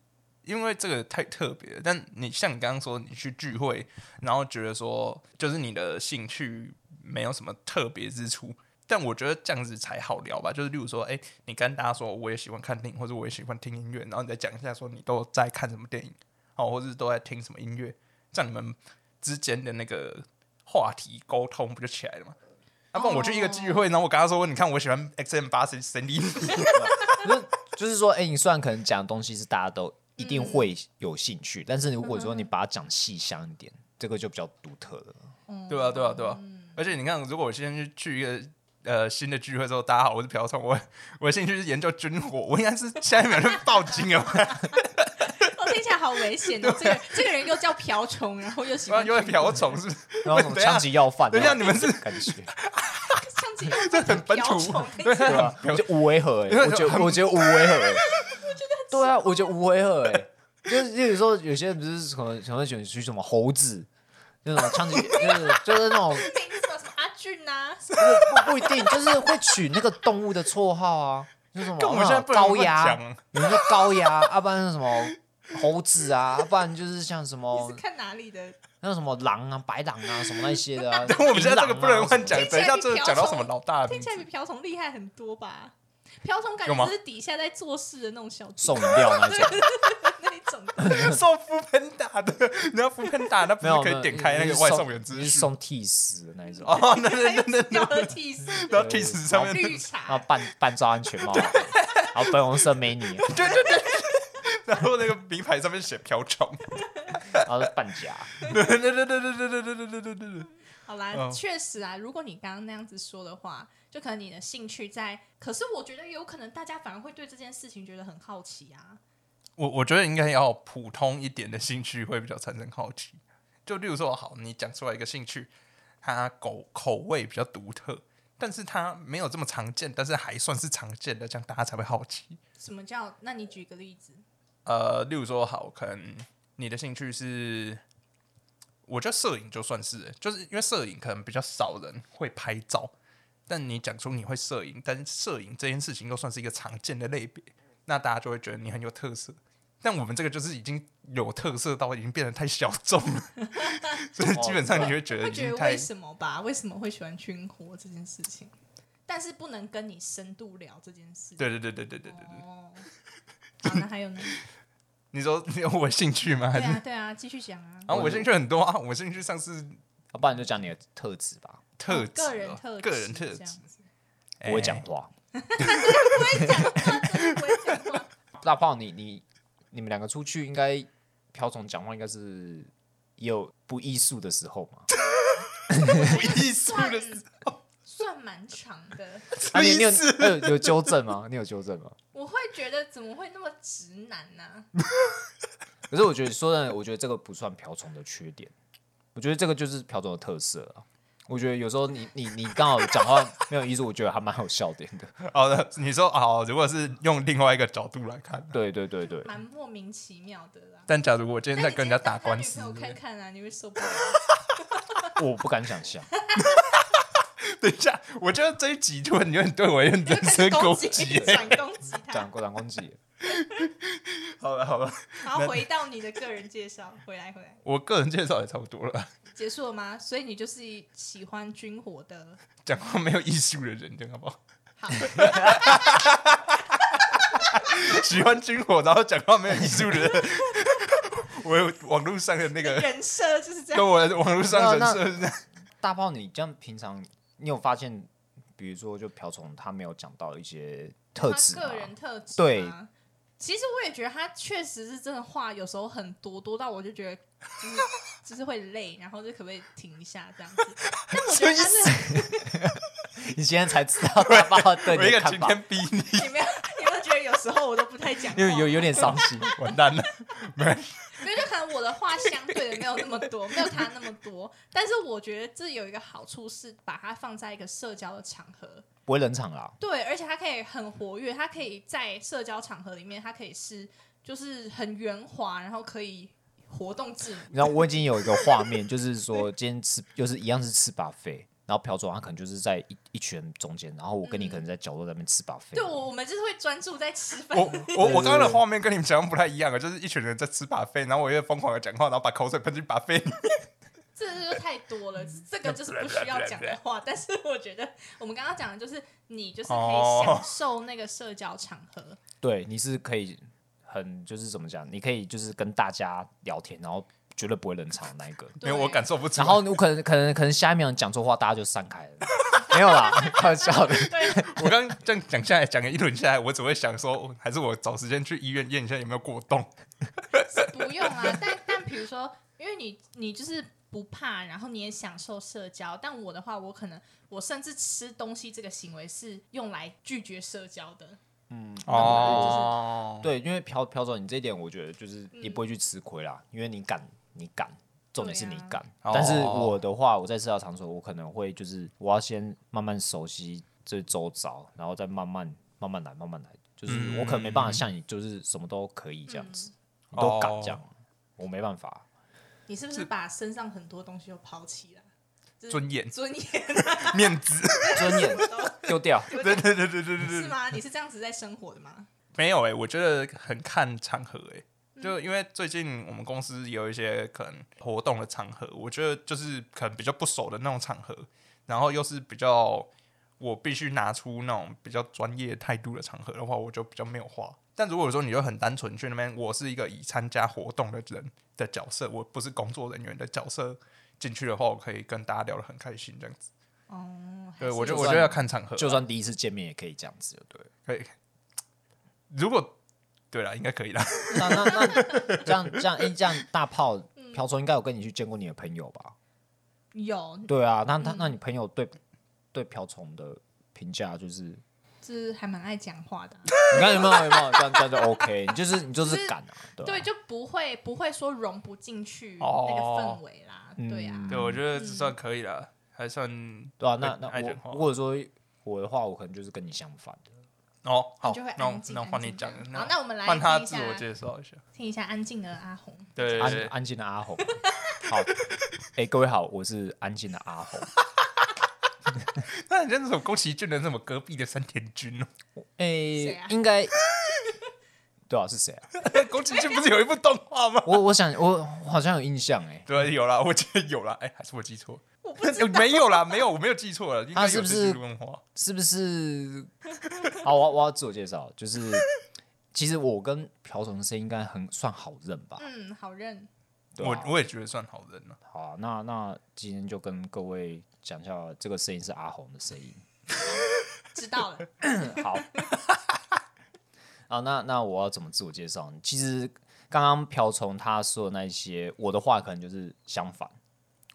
因为这个太特别了。但你像你刚刚说，你去聚会，然后觉得说就是你的兴趣没有什么特别之处，但我觉得这样子才好聊吧。就是例如说，哎、你跟大家说我也喜欢看电影，或者我也喜欢听音乐，然后你再讲一下说你都在看什么电影，哦，或者都在听什么音乐，这样你们之间的那个话题沟通不就起来了吗？要、不然我去一个聚会，然后我跟他说，你看我喜欢 X M 八谁谁理你？就是说，哎、你虽然可能讲的东西是大家都一嗯定会有兴趣，但是如果说你把它讲细详一点，这个就比较独特 (laughs) 了。对啊，对啊，对啊。而且你看，如果我现在去去一个呃新的聚会之后，大家好，我是朴聪，我我兴趣是研究军火，我应该是下一秒就报警了吧，哦，听起来好危险哦！这个这个人又叫瓢虫，然后又喜不然欢就会瓢虫是不是？然后什么等一下枪击要犯，等一下你们是感觉像这样这很本土对对 (laughs) 啊，就五维和哎、因为我觉得我觉得五维和 (laughs) 哎、对啊，我觉得五维和哎、就是例如说有些人不是什么什么选出什么猴子。那种枪击，就是就是那种名字有什么阿俊呐？就是不不一定，就是会取那个动物的绰号啊，就是什么啊跟我们现在不能高乱牙讲，有人说高牙，要、不然是什么猴子啊，要、不然就是像什你么是看哪里的？那什么狼啊、白狼啊什么那些的、 (laughs) 啊。我们现在这个不能乱乱讲，听起等来一下比这瓢讲到虫什么老大的听名起字来比瓢虫厉害很多吧？瓢虫感有吗觉只是底下在做事的那种小送饮料那对种， (laughs) 那一种，送福喷打的，你知道福喷打那不没是有可以点开那个外送员资是讯送替死的那一种，哦，那那那那要喝替死然后 T 十上面啊绿然茶后，半半罩安全帽，啊然后粉红色美女，啊然后那个名牌上面写瓢虫，然后是半甲，对对对对对对对对对对对，好啦，嗯确实啊，如果你刚刚那样子说的话，就可能你的兴趣在，可是我觉得有可能大家反而会对这件事情觉得很好奇啊。我我觉得应该要普通一点的兴趣会比较产生好奇。就例如说，好，你讲出来一个兴趣，它口口味比较独特，但是它没有这么常见，但是还算是常见的，这样大家才会好奇。什么叫？那你举个例子，呃，例如说，好，可能你的兴趣是，我觉得摄影就算是欸，就是因为摄影可能比较少人会拍照，但你讲出你会摄影，但是摄影这件事情又算是一个常见的类别，那大家就会觉得你很有特色。但我们这个就是已经有特色到已经变得太小众了， (laughs) 所以基本上你会觉得会已觉经得太为什么吧？为什么会喜欢军火这件事情？但是不能跟你深度聊这件事。对对对对对对对对。哦，好，那还有呢？你说你有我兴趣 (laughs) 吗？还对是啊，对啊，继续讲啊。然后我兴趣很多啊，我兴趣上次啊要不然就讲你的特质吧，特质个人哦特个质人特这样质，子不会讲哎话。真的不会讲 (laughs) 话大炮，你你你们两个出去应该朴总讲话应该是也有不艺术的时候嘛？不艺术的 (laughs) 算算蛮长的。啊、你你有有有纠正吗？你有纠正吗？我会觉得怎么会那么直男呢、可是我觉得说真的，我觉得这个不算瓢虫的缺点，我觉得这个就是瓢虫的特色啊。我觉得有时候你你你刚好讲话没有艺术，我觉得还蛮有笑点的。好的，你说好，如果是用另外一个角度来看，对对对对，蛮莫名其妙的啦。但假如我今天在跟人家打官司 (laughs) 那，你今天打他女朋友看看啊，你会受不了。 (laughs) 我不敢想象。等一下，我觉得这一集就很有点对我有点你会人开身始攻攻 (laughs) 击击，。转攻击讲他。过讲攻击，好了好了，然后回到你的个人介绍，回来回来，我个人介绍也差不多了， (laughs) 结束了吗？所以你就是喜欢军火的。讲话没有艺术的人，这样好不好？ (laughs) 好，喜欢军火，然后讲话没有艺术的人， (laughs) 我有网络上的那个， (laughs) 人设就是这跟样。我的网络上人设是这样大炮，你这样平常你有发现，比如说就瓢虫他没有讲到一些特质他吗个？人特质。对。其实我也觉得他确实是真的话，有时候很多多到我就觉得就是 (laughs) (laughs) 就是会累，然后就可不可以停一下这样子？但我觉得他是你现在才知道大炮对我一你的个看晴法，天逼你， (laughs) 你没有，你有没有觉得有时候我都不太讲话？因为有有点伤心。完 (laughs) 蛋了，没有，就可能我的话相对的没有那么多，没有他那么多。但是我觉得这有一个好处是，把它放在一个社交的场合，不会冷场啊啦，对，而且它可以很活跃，它可以在社交场合里面，它可以是就是很圆滑，然后可以活动自如。然后我已经有一个画面，就是说今天吃， (laughs) 就是一样是吃把费，然后朴总他可能就是在一一群人中间，然后我跟你可能在角落那边吃把费。对，我我们就是会专注在吃饭我。我我刚刚的画面跟你们想象不太一样啊，就是一群人在吃把费，然后我又疯狂的讲话，然后把口水喷进把费里。这这就太多了，这个就是不需要讲的话。但是我觉得我们刚刚讲的就是，你就是可哦以享受那个社交场合，对，你是可以很就是怎么讲，你可以就是跟大家聊天，然后绝对不会冷场的那一个。没有，我感受不出然来。后我可能可能可能下一秒你讲错话，大家就散开了。没有啦，开玩笑的。我刚刚这样讲下来，讲了一轮下来，我只会想说，哦还是我找时间去医院验一下有没有过动。不用啊。但但比如说，因为你你就是不怕，然后你也享受社交。但我的话，我可能我甚至吃东西这个行为是用来拒绝社交的。哦，对，因为朴朴总，你这一点我觉得就是嗯也不会去吃亏啦，因为你敢，你敢，重点是你敢。对啊但是哦我的话，我在社交场所，我可能会就是我要先慢慢熟悉这周遭，然后再慢慢慢慢来，慢慢来。就是我可能没办法像你，就是什么都可以这样嗯子，你都敢这样，我没办法。你是不是把身上很多东西都抛弃了？尊严、尊严面子，尊严 (laughs) 丢掉，对对对对对对对是，吗？你是这样子在生活的吗？没有哎、我觉得很看场合哎、就因为最近我们公司有一些可能活动的场合，我觉得就是可能比较不熟的那种场合，然后又是比较我必须拿出那种比较专业态度的场合的话，我就比较没有话。但如果说你就很单纯去那边，我是一个以参加活动的人的角色，我不是工作人员的角色进去的话，我可以跟大家聊得很开心这样子。哦，对还我是就有我觉得要看场合啊，就算第一次见面也可以这样子，对了。可以。如果对了，应该可以啦。那那那这样这样，哎、这样大炮朴总应该有跟你去见过你的朋友吧？有，对啊，那嗯他那你朋友对对瓢虫的评价就是，你就是还蛮爱讲话的啊、看有没有有没有这样这样就 OK，你就是你就是敢啊，(laughs) 对对，啊就不会不会说融不进去哦那个氛围啦，嗯对啊，对，我觉得算可以了，还算对啊，那爱讲那话我或者说我的话，我可能就是跟你相反的，哦，好你就会，那我安静。那我换安你静讲，好，那我们来换他听一自我下，介绍一下。啊听一下安静的阿红。对对安对，安静的阿红。好，哎，各位好，我是安静的阿 (laughs) 红。那你像这种宫崎骏的什么隔壁的山田君哦， (laughs) 谁哎啊，应该对啊，是谁啊？宫崎骏不是有一部动画吗？ (laughs) 我我想我我好像有印象哎，对，有啦，我记得有啦，哎，还是我记错， (laughs) 我不知没有啦，没有，我没有记错了，应该他是有不这是句动画。是不是？ (laughs) 好，我要我要自我介绍，就是其实我跟瓢虫的声音应该很算好认吧？嗯，好认。对啊我我也觉得算好人了，好啊、那那今天就跟各位讲一下，这个声音是阿红的声音。知道了，好，啊，那那我要怎么自我介绍呢？其实刚刚瓢虫他说的那一些，我的话可能就是相反，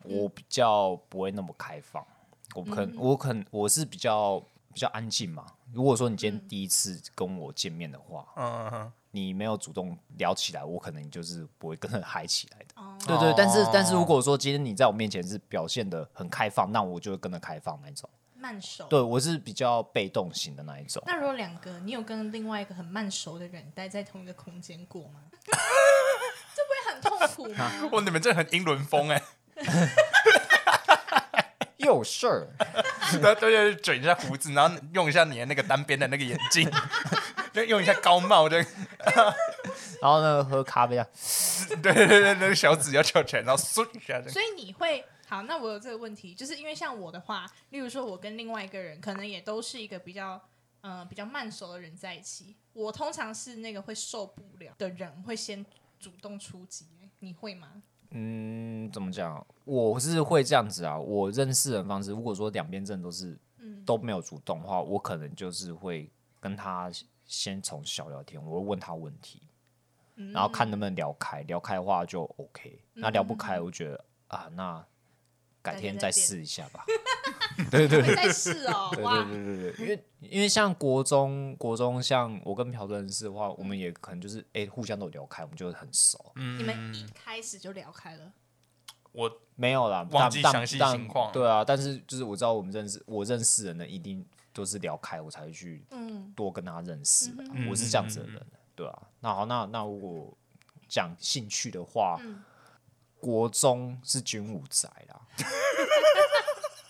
我比较不会那么开放，我可能、我可能我是比较比较安静嘛。如果说你今天第一次跟我见面的话，嗯嗯嗯，你没有主动聊起来，我可能就是不会跟着嗨起来的。哦，对对，但是但是哦如果说今天你在我面前是表现的很开放，那我就会跟着开放那一种。慢熟。对我是比较被动型的那一种。 (laughs) 那如果两个，你有跟另外一个很慢熟的人待在同一个空间过吗？ (laughs) 这不会很痛苦 (laughs) 吗？哇，你们这很英伦风 (laughs) 哎，有事儿，然后对对，对卷一下胡子，然后用一下你的那个单边的那个眼镜，就 (laughs) 用一下高帽这样。然后呢，喝咖啡啊， (laughs) 对对对，那个小指要翘起来，然后嗖一下这样。所以你会好？那我有这个问题，就是因为像我的话，例如说，我跟另外一个人可能也都是一个比较呃比较慢熟的人在一起，我通常是那个会受不了的人，会先主动出击、欸你会吗？嗯，怎么讲？我是会这样子啊。我认识人方式，如果说两边真的都是嗯都没有主动的话，我可能就是会跟他先从小聊天，我会问他问题，嗯然后看能不能聊开。聊开的话就 OK，那聊不开，我觉得啊，那改嗯改天天再再见试一下 (laughs) 吧。会再试哦，对哇，对对对对，因为因为像国中国中，像我跟朴认识的话，我们也可能就是哎、互相都聊开，我们就很熟。你们一开始就聊开了，我没有啦，忘记但详细但情况对啊，但是就是我知道我们认识我认识人的一定都是聊开，我才会去嗯，多跟他认识啊、嗯我是这样子的人，对啊。那好，那那如果讲兴趣的话，嗯国中是军武宅啦， (laughs)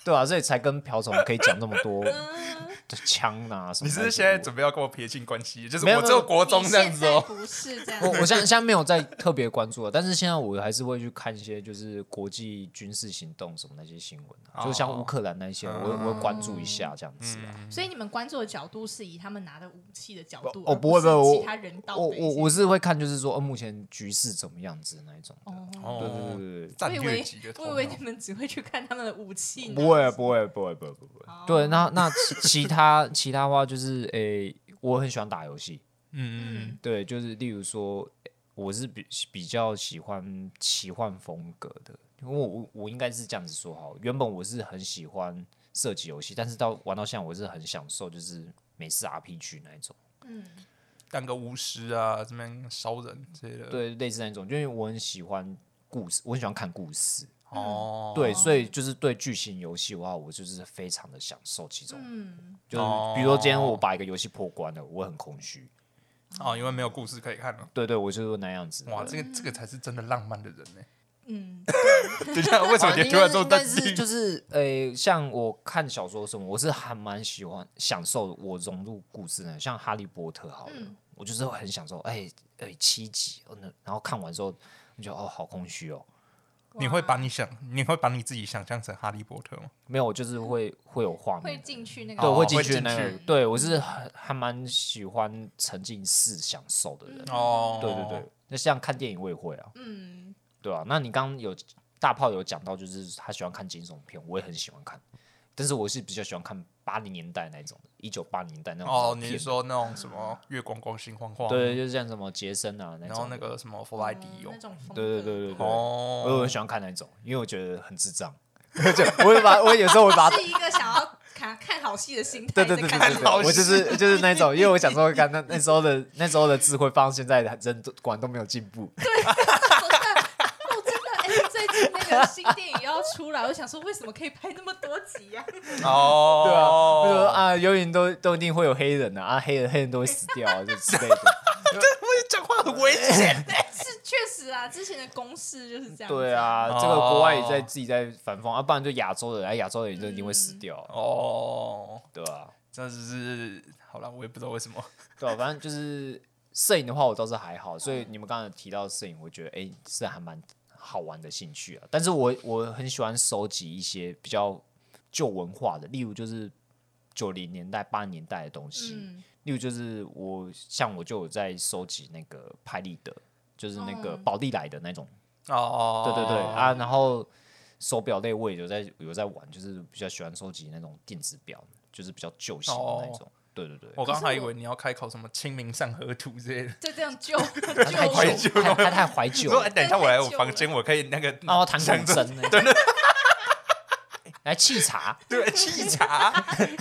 对啊，所以才跟朴总可以讲那么多的枪啊什么。你是不是现在准备要跟我撇清关系？就是没有我没只有有国中你这样现子在哦。不是这样 (laughs) 我我子，现在现在没有在特别关注了，但是现在我还是会去看一些就是国际军事行动什么那些新闻、啊，哦就像乌克兰那些，我我会关注一下这样子啊。嗯所以你们关注的角度是以他们拿的武器的角度，哦而不会是不会其他人道我的一我些我是会看，就是说，呃，目前局势怎么样子那一种的。哦，对哦，对对对战我以略为级的嗯头我脑以为你们只会去看他们的武器对，呢，不会不会不会不会不会。哦对，那那其其他其他话就是，诶、我很喜欢打游戏，嗯嗯嗯对，就是例如说，诶我是比比较喜欢奇幻风格的，因为我我我应该是这样子说哈，原本我是很喜欢射击游戏，但是到玩到现在，我是很享受就是美式 RPG 那一种，嗯当个巫师啊，这边烧人之类的。，对，类似那一种，因为我很喜欢故事，我很喜欢看故事，哦，对，所以就是对剧情游戏的话，我就是非常的享受其中。嗯，就是比如说今天我把一个游戏破关了，我很空虚。哦，因为没有故事可以看了。对对，我就是那样子。哇，对这个这个才是真的浪漫的人呢。嗯， (laughs) 等一下， (laughs) 为什么啊你应突该然是说应淡该是定？就是呃，像我看小说什么，我是还蛮喜欢享受我融入故事的，像哈利波特好了，嗯我就是会很享受。哎、哎、七集，哦那然后看完之后，你就哦好空虚哦。你会把你想，你会把你自己想象成哈利波特吗？没有，我就是会会有画会面，进去那个对，我哦会嗯会进去的进那个去，对我是还还蛮喜欢沉浸式享受的人。哦，对对对，，那像看电影我也会啊，嗯，对啊，那你刚刚有大炮有讲到，就是他喜欢看惊悚片，我也很喜欢看，但是我是比较喜欢看八零年代那一种，一九八零年代那种哦，片你是说那种什么月光光心慌慌？对，，就是像什么杰森啊那然后种那，个什么弗莱迪那哦，嗯种风格，对对对对对，哦，我很喜欢看那一种，因为我觉得很智 (laughs) 障，就我会把，我有时候会把它是一个想要看看好戏的心态，对对对对在对看对，好我就是就是那种，因为我小时 (laughs) 候看那那时候的那时候的智慧放到现在的人果然都没有进步，哦，真的，哎、最近那个新电影要出来，我想说为什么可以拍那么多集啊 (laughs) 呀、哦，对啊，我就说啊，永远都都一定会有黑人啊，啊黑人黑人都会死掉啊，就之类的。讲话很危 (laughs) 险。是确实啊，之前的公式就是这样。对，啊，哦这个国外也在自己在反讽，啊，不然就亚洲人，哎，亚洲人就一定会死掉嗯啊，哦，对啊，这是好了，我也不知道为什么。对啊，反正就是摄影的话，我倒是还好，所嗯以你们刚才提到摄影，我觉得哎是还蛮好玩的兴趣啊。但是我我很喜欢收集一些比较旧文化的，例如就是九零年代、八零年代的东西，嗯，例如就是我像我就有在收集那个拍立得，就是那个哦宝丽来的那种，哦，对对对、啊，然后手表类我也有在有在玩，就是比较喜欢收集那种电子表，就是比较旧型的那一种，对对对，我刚还以为你要开口什么《清明上河图》之 (laughs) 类的。就这样就它 (laughs) 太就怀旧，哦旧它了它太怀旧你说，了哎，，等一下我来我房间，我可以 (laughs) 那个然后弹古筝哎呢，对 (laughs) 对，来沏 (laughs) 茶，对沏茶，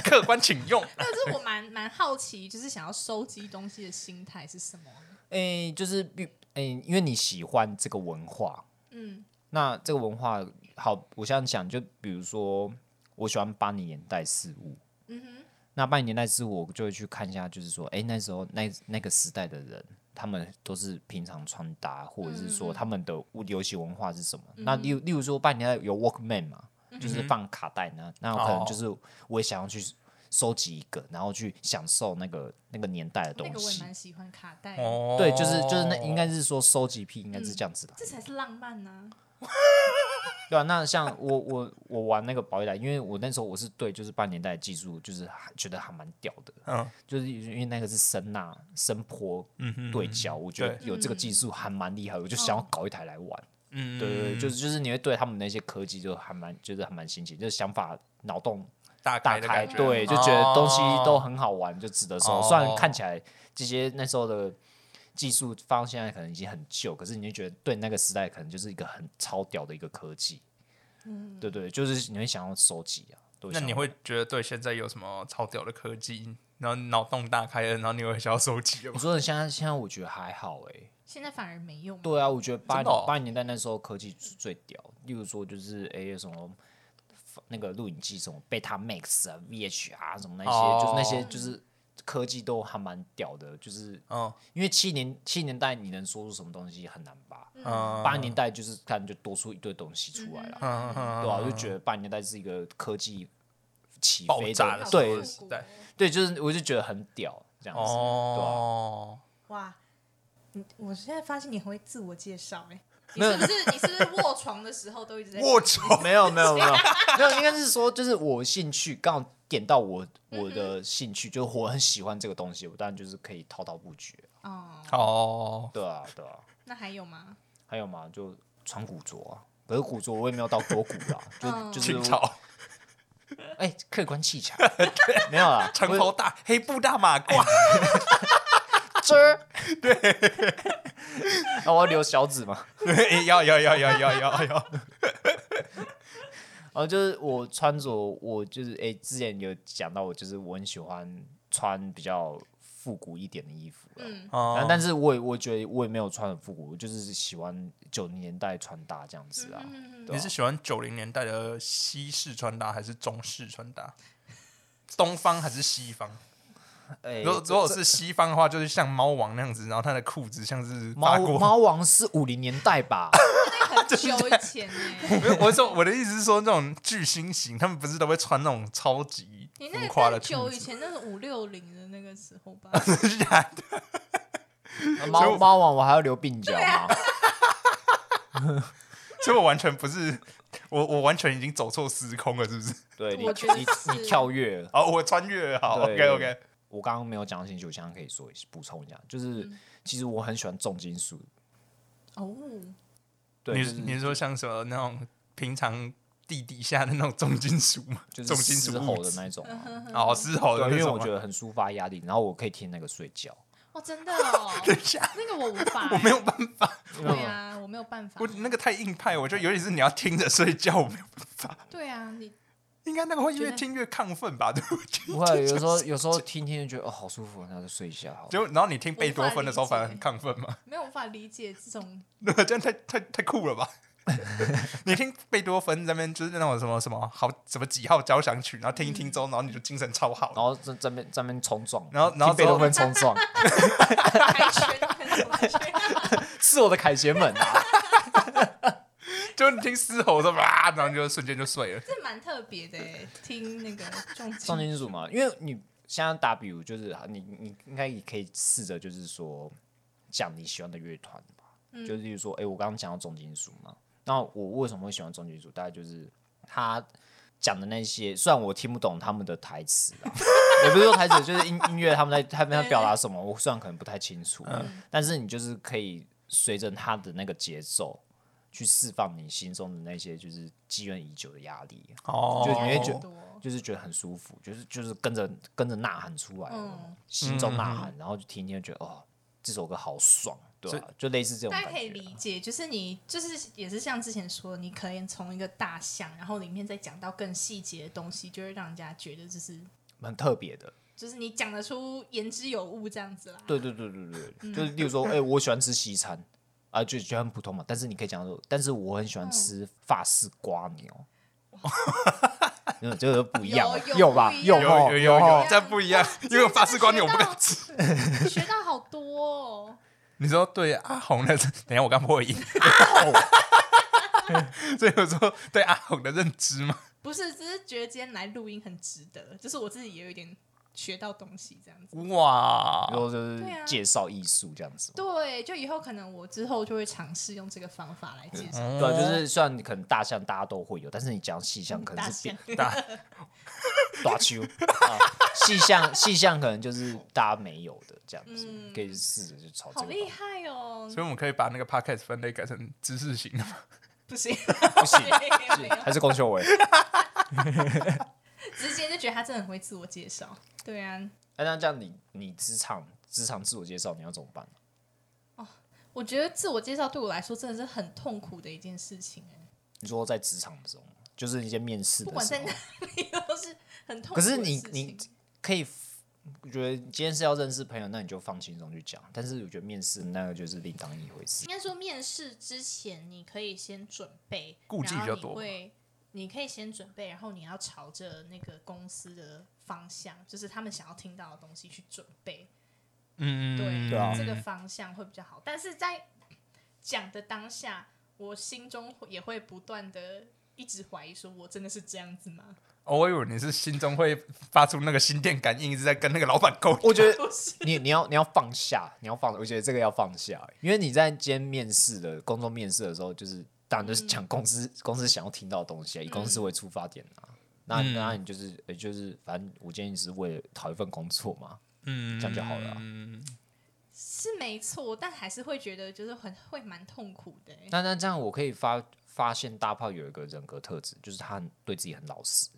客官请用。但是我蛮蛮好奇，就是想要收集东西的心态是什么？诶，哎就是比诶，因为你喜欢这个文化，嗯那这个文化好，我想讲，就比如说我喜欢八零年代事物，嗯那八零年代之后，我就会去看一下，就是说，哎、那时候那那个时代的人，他们都是平常穿搭，或者是嗯说他们的物流行文化是什么？那例如例如说八零年代有 Walkman 嘛，就是放卡带呢，那我可能就是我也想要去收集一个，然后去享受那个那个年代的哦哼，那东个我也西。蛮喜欢卡带的，(laughs) 哦，对，就是就是那应该是说收集癖应该嗯是这样子的，这才是浪漫啊呐、对啊，那像我我我玩那个宝丽来，因为我那时候我是对就是八零年代的技术，就是还觉得还蛮屌的。嗯就是因为那个是声呐声波嗯哼对焦，我觉得对有这个技术还蛮厉害，我就想要搞一台来玩。嗯，对对对，就是就是你会对他们那些科技就还蛮觉得还蛮新奇，就是想法脑洞大大概的开，感觉，对，就觉得东西都很好玩，就值得收。哦虽然看起来这些那时候的技术放到现在可能已经很旧，可是你就觉得对那个时代可能就是一个很超屌的一个科技。嗯，对对，就是你会想要收集啊。都那想你要会觉得对现在有什么超屌的科技，然后你脑洞大开了，然后你会想要收集了你吗？说的现在现在我觉得还好哎、现在反而没用。对啊，我觉得八真的哦八零年代那时候科技是最屌，例如说就是哎、有什么那个录影机什么贝塔 Max 啊、VH 啊什么那些，就是那些哦就是科技都还蛮屌的，就是嗯因为七年七年代你能说出什么东西很难吧？嗯，八、年代就是看就多出一堆东西出来了，嗯嗯嗯对吧、啊？就觉得八年代是一个科技起爆飞炸的的，时候对时哦代对，就是我就觉得很屌这样子。 (laughs) 哦，哇，你我现在发现你很会自我介绍哎、你是不是你是不是卧床的时候都一直在我操，没有没有没 (laughs) 有没有，应该是说就是我兴趣刚好点到我我的兴趣，就是我很喜欢这个东西，我当然就是可以滔滔不绝。啊哦，哦，对啊对啊，那还有吗？还有嘛，就穿古着啊，可是古着我也没有到多古 (laughs) 啦，嗯就就是清我朝哎、客观器 (laughs) 材没有啦，长袍大黑布大马褂，遮 (laughs) 儿对，那我要留小指嘛。 (laughs) 对，哎要要要要要要要，然后哦就是我穿着，我就是诶，之前有讲到，我就是我很喜欢穿比较复古一点的衣服啦。嗯然哦后，但是我也我觉得我也没有穿很复古，我就是喜欢九零年代穿搭这样子啊。嗯，对你啊是喜欢九零年代的西式穿搭还是中式穿搭？东方还是西方？诶如果如果是西方的话，就是像猫王那样子，然后他的裤子像是猫法国猫王是五零年代吧？那很久以前 (laughs) 哎、 (laughs) 没有，我是说我的意思是说，那种巨星型，他们不是都会穿那种超级你那浮夸个的更裤久以 (laughs) 子？前，那是五六零的那个时候 (laughs) 吧？啊所以猫我猫王我还要留鬓角吗？所以我完全不是，我我完全已经走错时空了，是不是？ (laughs) 对你啊我觉得你是你跳跃了。哦，我穿越了，好对，OK OK，我刚刚没有讲清楚，我现在可以说一下补充一下，就是嗯其实我很喜欢重金属。哦，对，你就是你是说像什么那种平常地底下的那种重金属嘛，就是重金属嘶物吼的质那种嗯啊、哦，嘶吼的对，因那为种我吗觉得很抒发压力，然后我可以听那个睡 (laughs) 觉。哦，真的 (laughs) 哦， (laughs) 等一下，那个我无法、 (laughs) 我没有办法，对啊，我没有办法我，那个太硬派，我觉得尤其是你要听着睡觉，我没有办法。对啊，你应该那个会觉越得听越亢奋吧？对不对？不会，啊有时候有时候听听就觉得哦好舒服，然后就睡一下好了。 (laughs) 就然后你听贝多芬的时候，无法理反解而很亢奋嘛。没有无法理解这种，对，这样太太太酷 (laughs) 了吧？你听贝多芬那边就是那种什么什么好什么几号交响曲，然后听一听之嗯后，然后你就精神超好然。后这这边这边冲撞，然后然后听贝之后多芬冲 (laughs) 撞开圈跟什么圈 (laughs) 是我的凯旋门啊！就你听嘶吼的哇，然后你就瞬间就睡了。这蛮特别的欸，听那个重重金金属嘛，因为你现在打比如就是你你应该也可以试着就是说讲你喜欢的乐团吧，就是例如说，哎、我刚刚讲到重金属嘛，那我为什么会喜欢重金属？大概就是他讲的那些，虽然我听不懂他们的台词啊，也不是说台词，就是音音乐他们在他们在表达什么，我虽然可能不太清楚，但是你就是可以随着他的那个节奏。去释放你心中的那些就是积怨已久的压力，哦就你会觉很得多，就是觉得很舒服，就是就是跟着跟着呐喊出来的那种，嗯心中呐喊，然后就听一听就觉得哦，这首歌好爽，对吧、就类似这种大感家可以觉理。解，就是你就是也是像之前说，你可以从一个大项，然后里面再讲到更细节的东西，就会让人家觉得就是很特别的，就是你讲得出言之有物这样子啦。对对对对对，嗯 (laughs) 就是例如说，哎、我喜欢吃西餐啊，就觉得很普通嘛，但是你可以讲说，但是我很喜嗯欢吃法式瓜牛，嗯，这个不一样嘛，有有吧？不一 (laughs) 有样吼有有有吼， (laughs) 这不一样，因为法式观念我不敢吃。你学到 (laughs) 好多哦，你说对阿红的， (laughs) 等一下我刚破音， (laughs) 所以我说对阿红的认知嘛。不是，只是觉得今天来录音很值得，就是我自己也有一点学到东西这样子。哇，然后就是对啊介绍艺术这样子嘛。对，就以后可能我之后就会尝试用这个方法来介绍。嗯对啊，就是虽然你可能大象大家都会有，但是你讲细项可嗯大能是象变大球啊，细 (laughs) 项细项可能就是大家没有的这样子，可以试着去炒这好个东厉西。害哦！所以我们可以把那个 podcast 分类改成知识型的嘛。不 (laughs) 行，不行，没有还是龚秀伟。直接就觉得他真的很会自我介绍。对啊， (laughs) 哎那这样你你职场职场自我介绍你要怎么办？ (laughs) 我觉得自我介绍对我来说真的是很痛苦的一件事情、哎你说在职场中，就是一些面试不的管时在候哪，里都是很痛苦的可是事情。你你可以 f- 我觉得今天是要认识朋友，那你就放轻松去讲。但是我觉得面试那个就是另当一回事应。该说面试之前，你可以先准备，顾忌然后比较多你会，你可以先准备，然后你要朝着那个公司的方向，就是他们想要听到的东西去准备。嗯，对，对啊这个方向会比较好。但是在讲的当下，我心中也会不断的一直怀疑，说我真的是这样子吗？哦，我以为你是心中会发出那个心电感应，一直在跟那个老板沟通。 (laughs) 我觉得不是，你你要你要放下，你要放，我觉得这个要放下，欸因为你在今天面试的工作面试的时候，就是当然就是嗯讲公司、公司想要听到的东西啊，以公司为出发点啊。那嗯那你就是呃就是，反正我建议是为了讨一份工作嘛，嗯这样就好了啊嗯，是没错，但还是会觉得就是很会蛮痛苦的欸、那那这样我可以发发现大炮有一个人格特质，就是他很对自己很老实。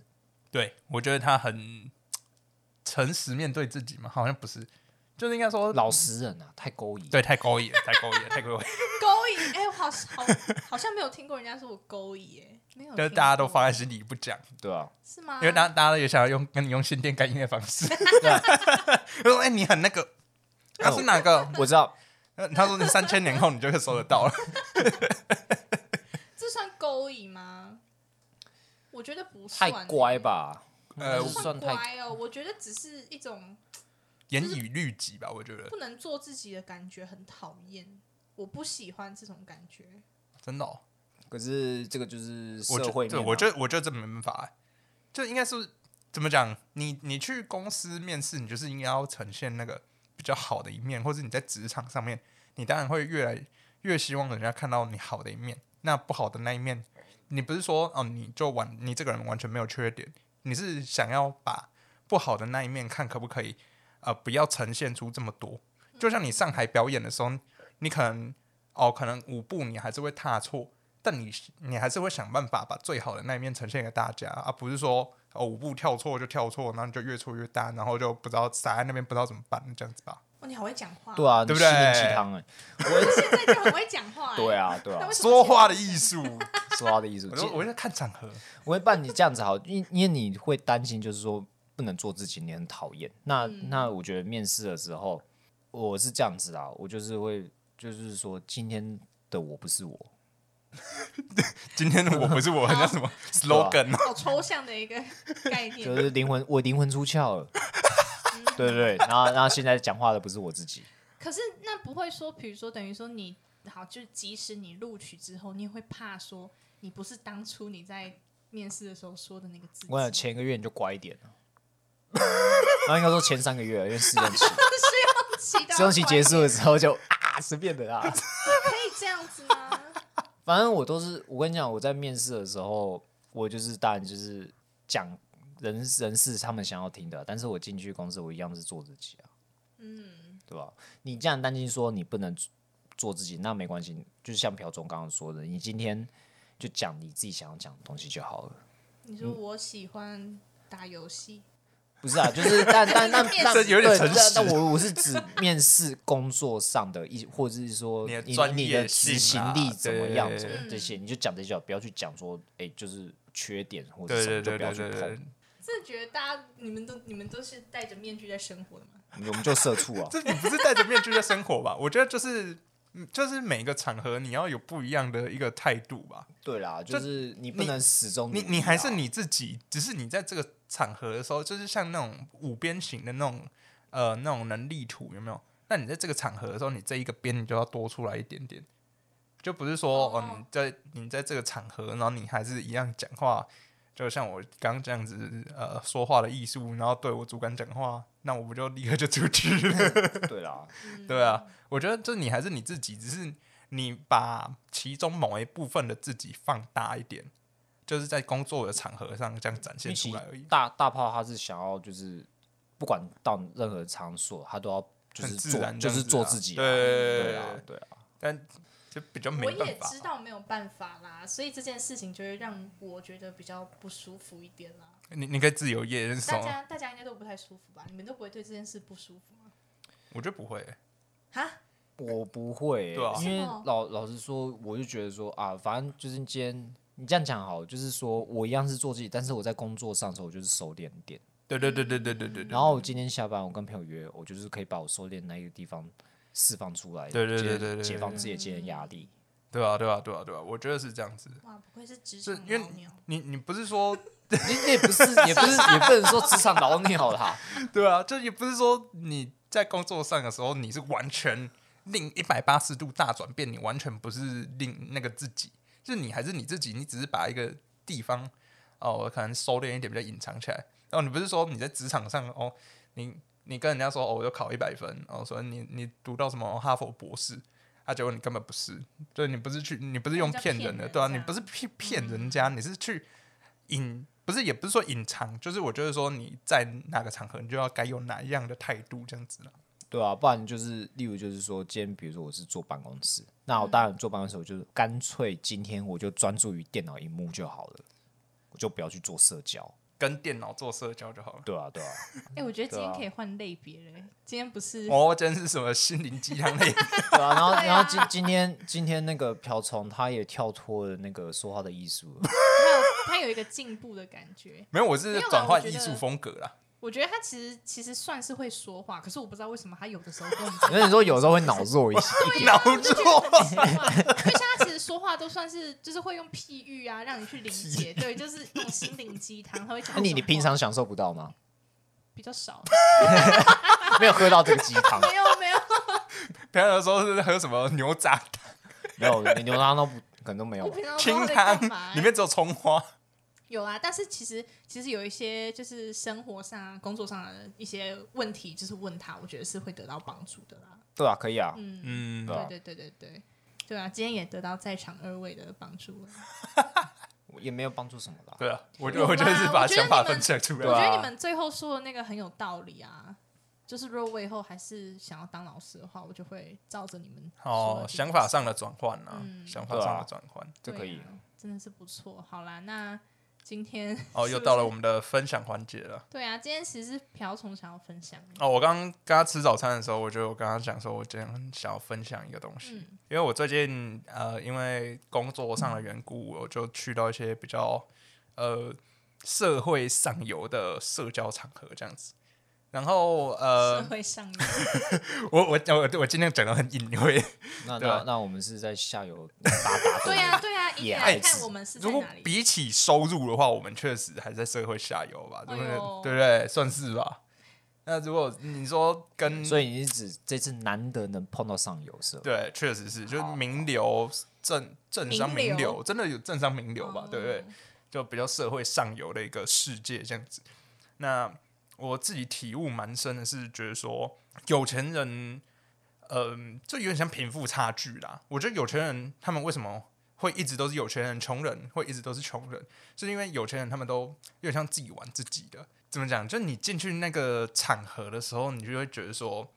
对，我觉得他很诚实面对自己嘛，好像不是，就是应该说老实人啊，太勾引。对，太勾引了，太勾引了，太勾引了，勾 (laughs) 引，哎、我好好好像没有听过人家说我勾引、哎，没有听过，就是大家都放在心里不讲，对啊，是吗？因为大家大家也想要用跟你用心电感应的方式。我说：“哎、你很那个，他是哪个？我知道，呃他说你三千年后你就会收得到了。这算勾引吗？我觉得不算、太乖？吧？呃还是算算太乖哦，我觉得只是一种”严以律己吧，我觉得不能做自己的感觉，很讨厌，我不喜欢这种感觉。真的、哦，可是这个就是我社觉会对，面啊嘛，我觉得我觉得这没办法、欸就应该是怎么讲？你你去公司面试，你就是应该要呈现那个比较好的一面，或者你在职场上面，你当然会越来越希望人家看到你好的一面。那不好的那一面，你不是说哦，你就完，你这个人完全没有缺点，你是想要把不好的那一面看可不可以，呃，不要呈现出这么多。就像你上台表演的时候，你可能哦，可能舞步你还是会踏错，但你你还是会想办法把最好的那一面呈现给大家，而、不是说哦舞步跳错就跳错，然后你就越错越大，然后就不知道傻在那边不知道怎么办这样子 (laughs) 吧。哦，你好会讲话，对，啊，对不你心灵对鸡汤哎， (laughs) 现在就很会讲话、哎对，啊，对那啊为，什么说话的艺术， (laughs) 说他的艺术我，就我就看场合，我会办你这样子好，因因为你会担心，就是说不能做自己，你很讨厌。那、那我觉得面试的时候，我是这样子啊，我就是会，就是说今天的我不是我， (laughs) 今天的我不是我，很像 (laughs) 什么 slogan 哦好抽象的一个概念。就是灵魂，我灵魂出窍了，对不对？然后然后现在讲话的不是我自己，可是那不会说，比如说等于说你好，就即使你录取之后，你也会怕说你不是当初你在面试的时候说的那个自己。我想前一个月你就乖一点了。然后应该说前三个月，因为试用期，期待哎试用期结束的时候就啊，随便的啦。可以这样子吗？反正我都是，我跟你讲，我在面试的时候，我就是当然就是讲人人事他们想要听的，但是我进去公司，我一样是做自己啊，嗯，对吧？你既然担心说你不能做自己，那没关系，就像朴总刚刚说的，你今天就讲你自己想要讲的东西就好了。你说我喜欢打游戏，不是啊，就是但 (laughs) 但但面试但这有点对诚实但但我我是指面试工作上的一，或者是说你的你专你业的执性行啊力怎么样，对怎么这些，你就讲这些，啊不要去讲说，哎，就是缺点或者对什么，对就对不要对去对对 (laughs) 碰。，真的觉得大家你们都你们都是戴着面具在生活的吗？我们就社畜啊， (laughs) 这你不是戴着面具在生活吧？我觉得就是嗯就是每个场合你要有不一样的一个态度吧。对啦，就是你不能始终你如一你啊还是你自己，只是你在这个场合的时候，就是像那种五边形的那种呃那种能力图，有没有？那你在这个场合的时候，你这一个边你就要多出来一点点，就不是说哦哦你在你在这个场合，然后你还是一样讲话，就像我刚刚这样子呃说话的艺术，然后对我主管讲话，那我不就立刻就出去了？对 (laughs) 啦，对啊，我觉得就你还是你自己，只是你把其中某一部分的自己放大一点，就是在工作的场合上这样展因现为其出实来而已。大大炮他是想要就是不管到任何场所，他都要就很是自做然这就样是子做啊自己啊，对对啊对啊，但就比较没我办也法知。道没有办法啦，所以这件事情就会让我觉得比较不舒服一点啦。你你可以自由业是什大么？家大家应该都不太舒服吧？你们都不会对这件事不舒服吗？我觉得不会。哈，我不会欸、对啊因为为什么老老实说，我就觉得说啊，反正就是今天你这样讲好，就是说我一样是做自己，但是我在工作上的时候，我就是收敛一点。对对对对对对对对嗯然后我今天下班，我跟朋友约，我就是可以把我收敛那一个地方释放出来，对对对解对对对解放对自己的精神压力。 (laughs) 对啊对啊对啊对啊，我觉得是这样子。哇，不愧是职是场因为老鸟，你你不是说 (laughs) 你你也不是也不是也不能说职场老鸟啦，对啊，就也不是说你在工作上的时候，你是完全另一百八十度大转变，你完全不是另那个自己，就是你还是你自己，你只是把一个地方哦，我可能收敛一点，比较隐藏起来。然后你不是说你在职场上哦，你你跟人家说哦，我要考一百分，哦，说你你读到什么哈佛博士。啊！结果你根本不是，就是你不是去，你不是用叫骗骗人的，人对啊，这你样嗯不是骗骗人家，你是去隐不是也不是说隐藏，就是我觉得说你在哪个场合，你就要该有哪一样的态度这样子啦。对啊，不然就是例如就是说，今天比如说我是坐办公室，那我嗯当然坐办公室，我就是干脆今天我就专注于电脑荧幕就好了，我就不要去做社交。跟电脑做社交就好了。对啊，对啊，哎、我觉得今对天啊可以换类别了、欸今天不是 (laughs) (laughs) 哦，今天是什么心灵鸡汤类？ (laughs) 对啊。然后，对啊然后今今天今天那个瓢虫他也跳脱了那个说话的艺术了， (laughs) 他有他有一个进步的感觉。没有，我是没有啦转换我觉艺得术风格啦。我觉得他其实其实算是会说话，可是我不知道为什么他有的时候跟我们 (laughs) 讲因为你说有时候会脑弱一些， (laughs) 脑啊就觉得很奇怪，因为像他其实说话都算是就是会用譬喻啊，让你去理解，对，就是那种心灵鸡汤，他会讲。那你你平常享受不到吗？比较少，没有喝到这个鸡汤， (laughs) 没有没有，平常的时候是喝什么牛杂汤没有，你牛汤都不可能都没有我吧。平哦常不知道清在干嘛、汤，里面只有葱花。有啊，但是其实其实有一些就是生活上、啊、工作上的一些问题，就是问他，我觉得是会得到帮助的啦。对啊，可以啊，嗯，嗯对啊对对对对对。对啊，今天也得到在场二位的帮助了。也没有帮助什么啦。对啊，我觉有得我就是啦把我觉得想法你们分享出我觉来。得你们最后说的那个很有道理啊，就是如果我以后还是想要当老师的话，我就会照着你们说哦的，去想法上的转换啊，嗯想法上对的啊转换。这可以对啊真的是不错。好啦，那今天哦，又到了我们的分享环节了。对啊，今天其实是瓢虫想要分享的，哦，我刚刚跟他吃早餐的时候，我就跟他讲说，我今天想要分享一个东西，嗯因为我最近呃，因为工作上的缘故，我就去到一些比较呃社会上游的社交场合这样子。然后社呃，会上瘾，我我我我尽量讲的很隐晦。那对啊那那我们是在下游打 (laughs) 打的对啊对 (laughs) 啊，一也定爱要看吃我们是在如果哪里。比起收入的话，我们确实还在社会下游吧，对不哎对？呦对不对？算是吧。那如果你说啊跟所以你是指这次难得能碰到上游是吧？对，确实是，就是名流政政商名名流流，真的有政商名流吧，哦对不对？就比较社会上游的一个世界这样子。那我自己体悟蛮深的是，觉得说有钱人，嗯、就有点像贫富差距啦。我觉得有钱人他们为什么会一直都是有钱人，穷人会一直都是穷人，是因为有钱人他们都有点像自己玩自己的。怎么讲？就你进去那个场合的时候，你就会觉得说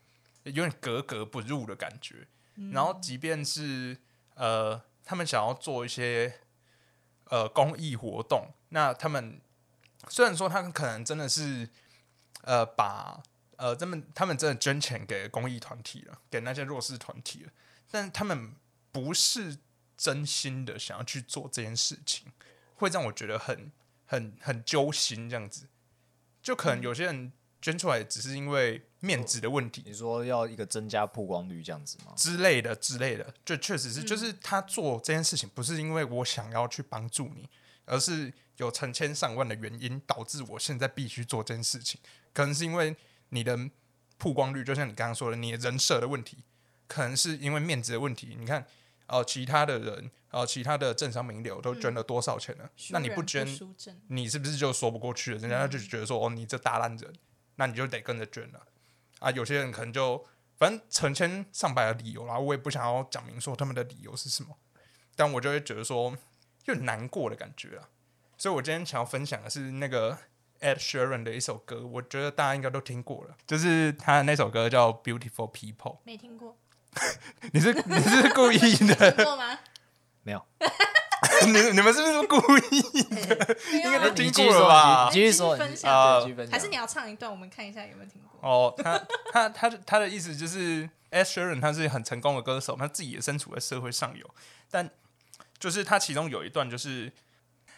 有点格格不入的感觉。然后，即便是呃，他们想要做一些呃公益活动，那他们虽然说他们可能真的是呃把呃他们他们真的捐钱给公益团体了，给那些弱势团体了，但他们不是真心的想要去做这件事情，会让我觉得很很很揪心这样子。就可能有些人捐出来只是因为面子的问题，你说要一个增加曝光率这样子吗？之类的之类的，就确实是，就是他做这件事情不是因为我想要去帮助你，而是有成千上万的原因导致我现在必须做这件事情。可能是因为你的曝光率，就像你刚刚说的，你的人设的问题，可能是因为面子的问题。你看，哦、其他的人，哦、其他的政商名流都捐了多少钱呢？输那你人不不捐，输阵你是不是就说不过去了？人家就觉得说、哦，你这大烂人，那你就得跟着捐了啊。有些人可能就反正成千上百的理由啦，我也不想要讲明说他们的理由是什么，但我就会觉得说有点难过的感觉啦。所以我今天想要分享的是那个 Ed Sheeran 的一首歌，我觉得大家应该都听过了，就是他的那首歌叫《Beautiful People 没听 (laughs) 过，》。你是 (laughs) 你是故意的？ (laughs) 听过吗？没有，你你们是不是故意？没有应该都啊听你过继续了说吧你继续说，哎继续分你享对继续分享还是你要唱一段，我们看一下有没有听过。哦，他他他他的意思就是 a s h e r o n 他是很成功的歌手，他自己也身处在社会上游，但就是他其中有一段就是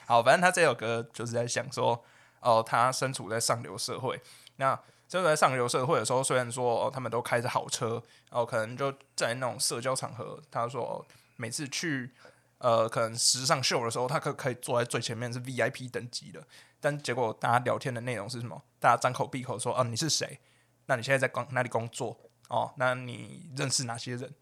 好，反正他这首歌就是在想说，哦，他身处在上流社会，那身处在上流社会的时候，虽然说哦，他们都开着好车，哦，可能就在那种社交场合，他说、哦每次去呃，可能时尚秀的时候，他可可以坐在最前面是 VIP 等级的，但结果大家聊天的内容是什么？大家张口闭口说，哦，你是谁？那你现在在工哪里工作？哦，那你认识哪些人？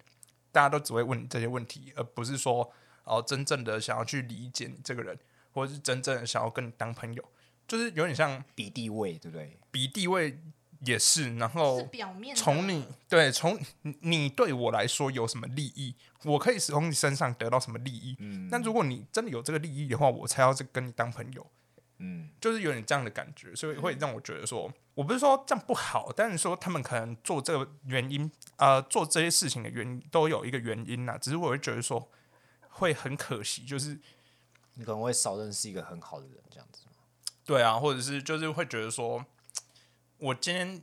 大家都只会问你这些问题，而不是说哦，真正的想要去理解你这个人，或者是真正的想要跟你当朋友，就是有点像比地位，对不对？比地位也是，然是后表面的哦从你对从你你对我来说有什么利益，我可以从你身上得到什么利益。嗯但如果你真的有这个利益的话，我才要这跟你当朋友，嗯，就是有点这样的感觉，所以会让我觉得说，我不是说这样不好，但是说他们可能做这个原因，呃，做这些事情的原因都有一个原因呐、啊只是我会觉得说会很可惜，就是你可能会少认识一个很好的人，这样子。对啊，或者是就是会觉得说，我今天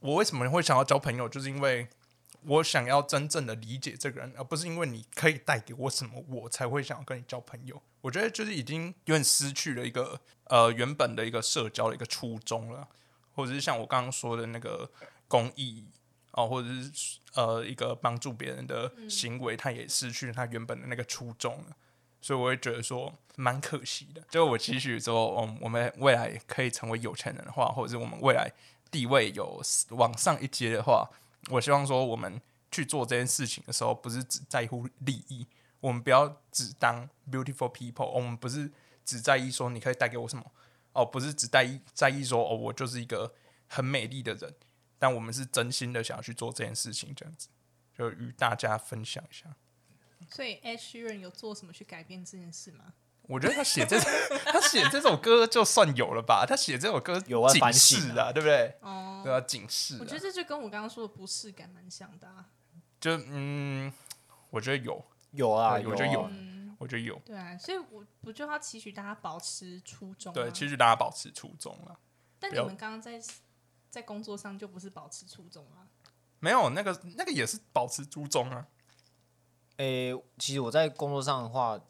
我为什么会想要交朋友，就是因为我想要真正的理解这个人，而不是因为你可以带给我什么，我才会想要跟你交朋友。我觉得就是已经有点失去了一个呃原本的一个社交的一个初衷了，或者是像我刚刚说的那个公益哦，或者是呃一个帮助别人的行为，它也失去了它原本的那个初衷了。所以我会觉得说蛮可惜的。就我期许说，嗯，我们未来可以成为有钱人的话，或者是我们未来地位有往上一阶的话，我希望说我们去做这件事情的时候，不是只在乎利益，我们不要只当 beautiful people，、哦我们不是只在意说你可以带给我什么，哦，不是只在意在意说哦，我就是一个很美丽的人，但我们是真心的想要去做这件事情，这样子就与大家分享一下。所以 Ed Sheeran 有做什么去改变这件事吗？我觉得他写这 (laughs) 他写这首歌就算有了吧，他写这首歌有啊警反省示啊，对不对？哦，对啊，警示、啊。我觉得这就跟我刚刚说的不适感蛮像的、啊。就嗯，我觉得有，有啊，我觉得有啊嗯，我觉得有。对啊，所以我我就要期许大家保持初衷、啊。对，其实大家保持初衷啊了。但不你要们刚刚在在工作上就不是保持初衷啊。没有那个那个也是保持初衷啊。诶、其实我在工作上的话，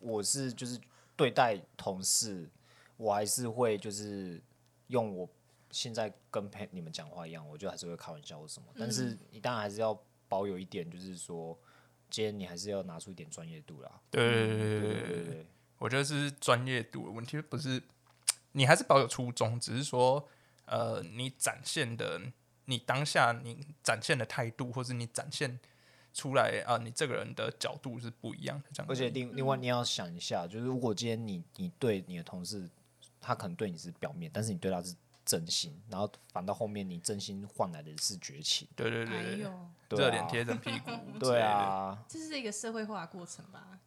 我是就是对待同事，我还是会就是用我现在跟陪你们讲话一样，我就还是会开玩笑或什么，但是你当然还是要保有一点，就是说，今天你还是要拿出一点专业度啦。对对对对对对对对对对对，我觉得是专业度的问题，不是你还是保有初衷，只是说呃，你展现的你当下你展现的态度，或是你展现出来啊、你这个人的角度是不一样的，这样子。而且另另外你要想一下，就是如果今天你你对你的同事，他可能对你是表面，但是你对他是真心，然后反倒后面你真心换来的是绝情。对对对哎对对，呦，对热啊脸贴冷屁 (laughs) 股，对，啊，这是一个社会化的过程吧？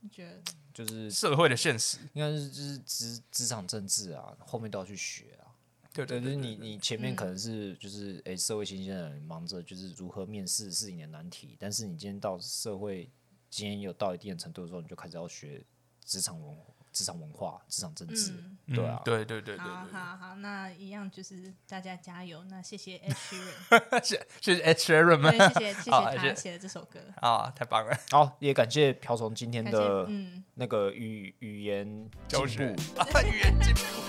你觉得？就是社会的现实，应该是就是职职场政治啊，后面都要去学啊。对对，对就对是对你你前面可能是就是诶、社会新鲜人忙着就是如何面试是你的难题，但是你今天到社会，今天有到一定的程度的时候，你就开始要学职场文职场文化、职场政治。嗯，嗯对啊对对对对好对好好，那一样就是大家加油。那谢谢 Ed Sheeran，(laughs) 对，谢谢谢 H Sharon 吗对？谢谢谢谢好谢他谢写的这首歌， (laughs) 啊，太棒了！好，也感谢朴虫今天感谢的嗯。那个语语言教进学步。啊，语言进步。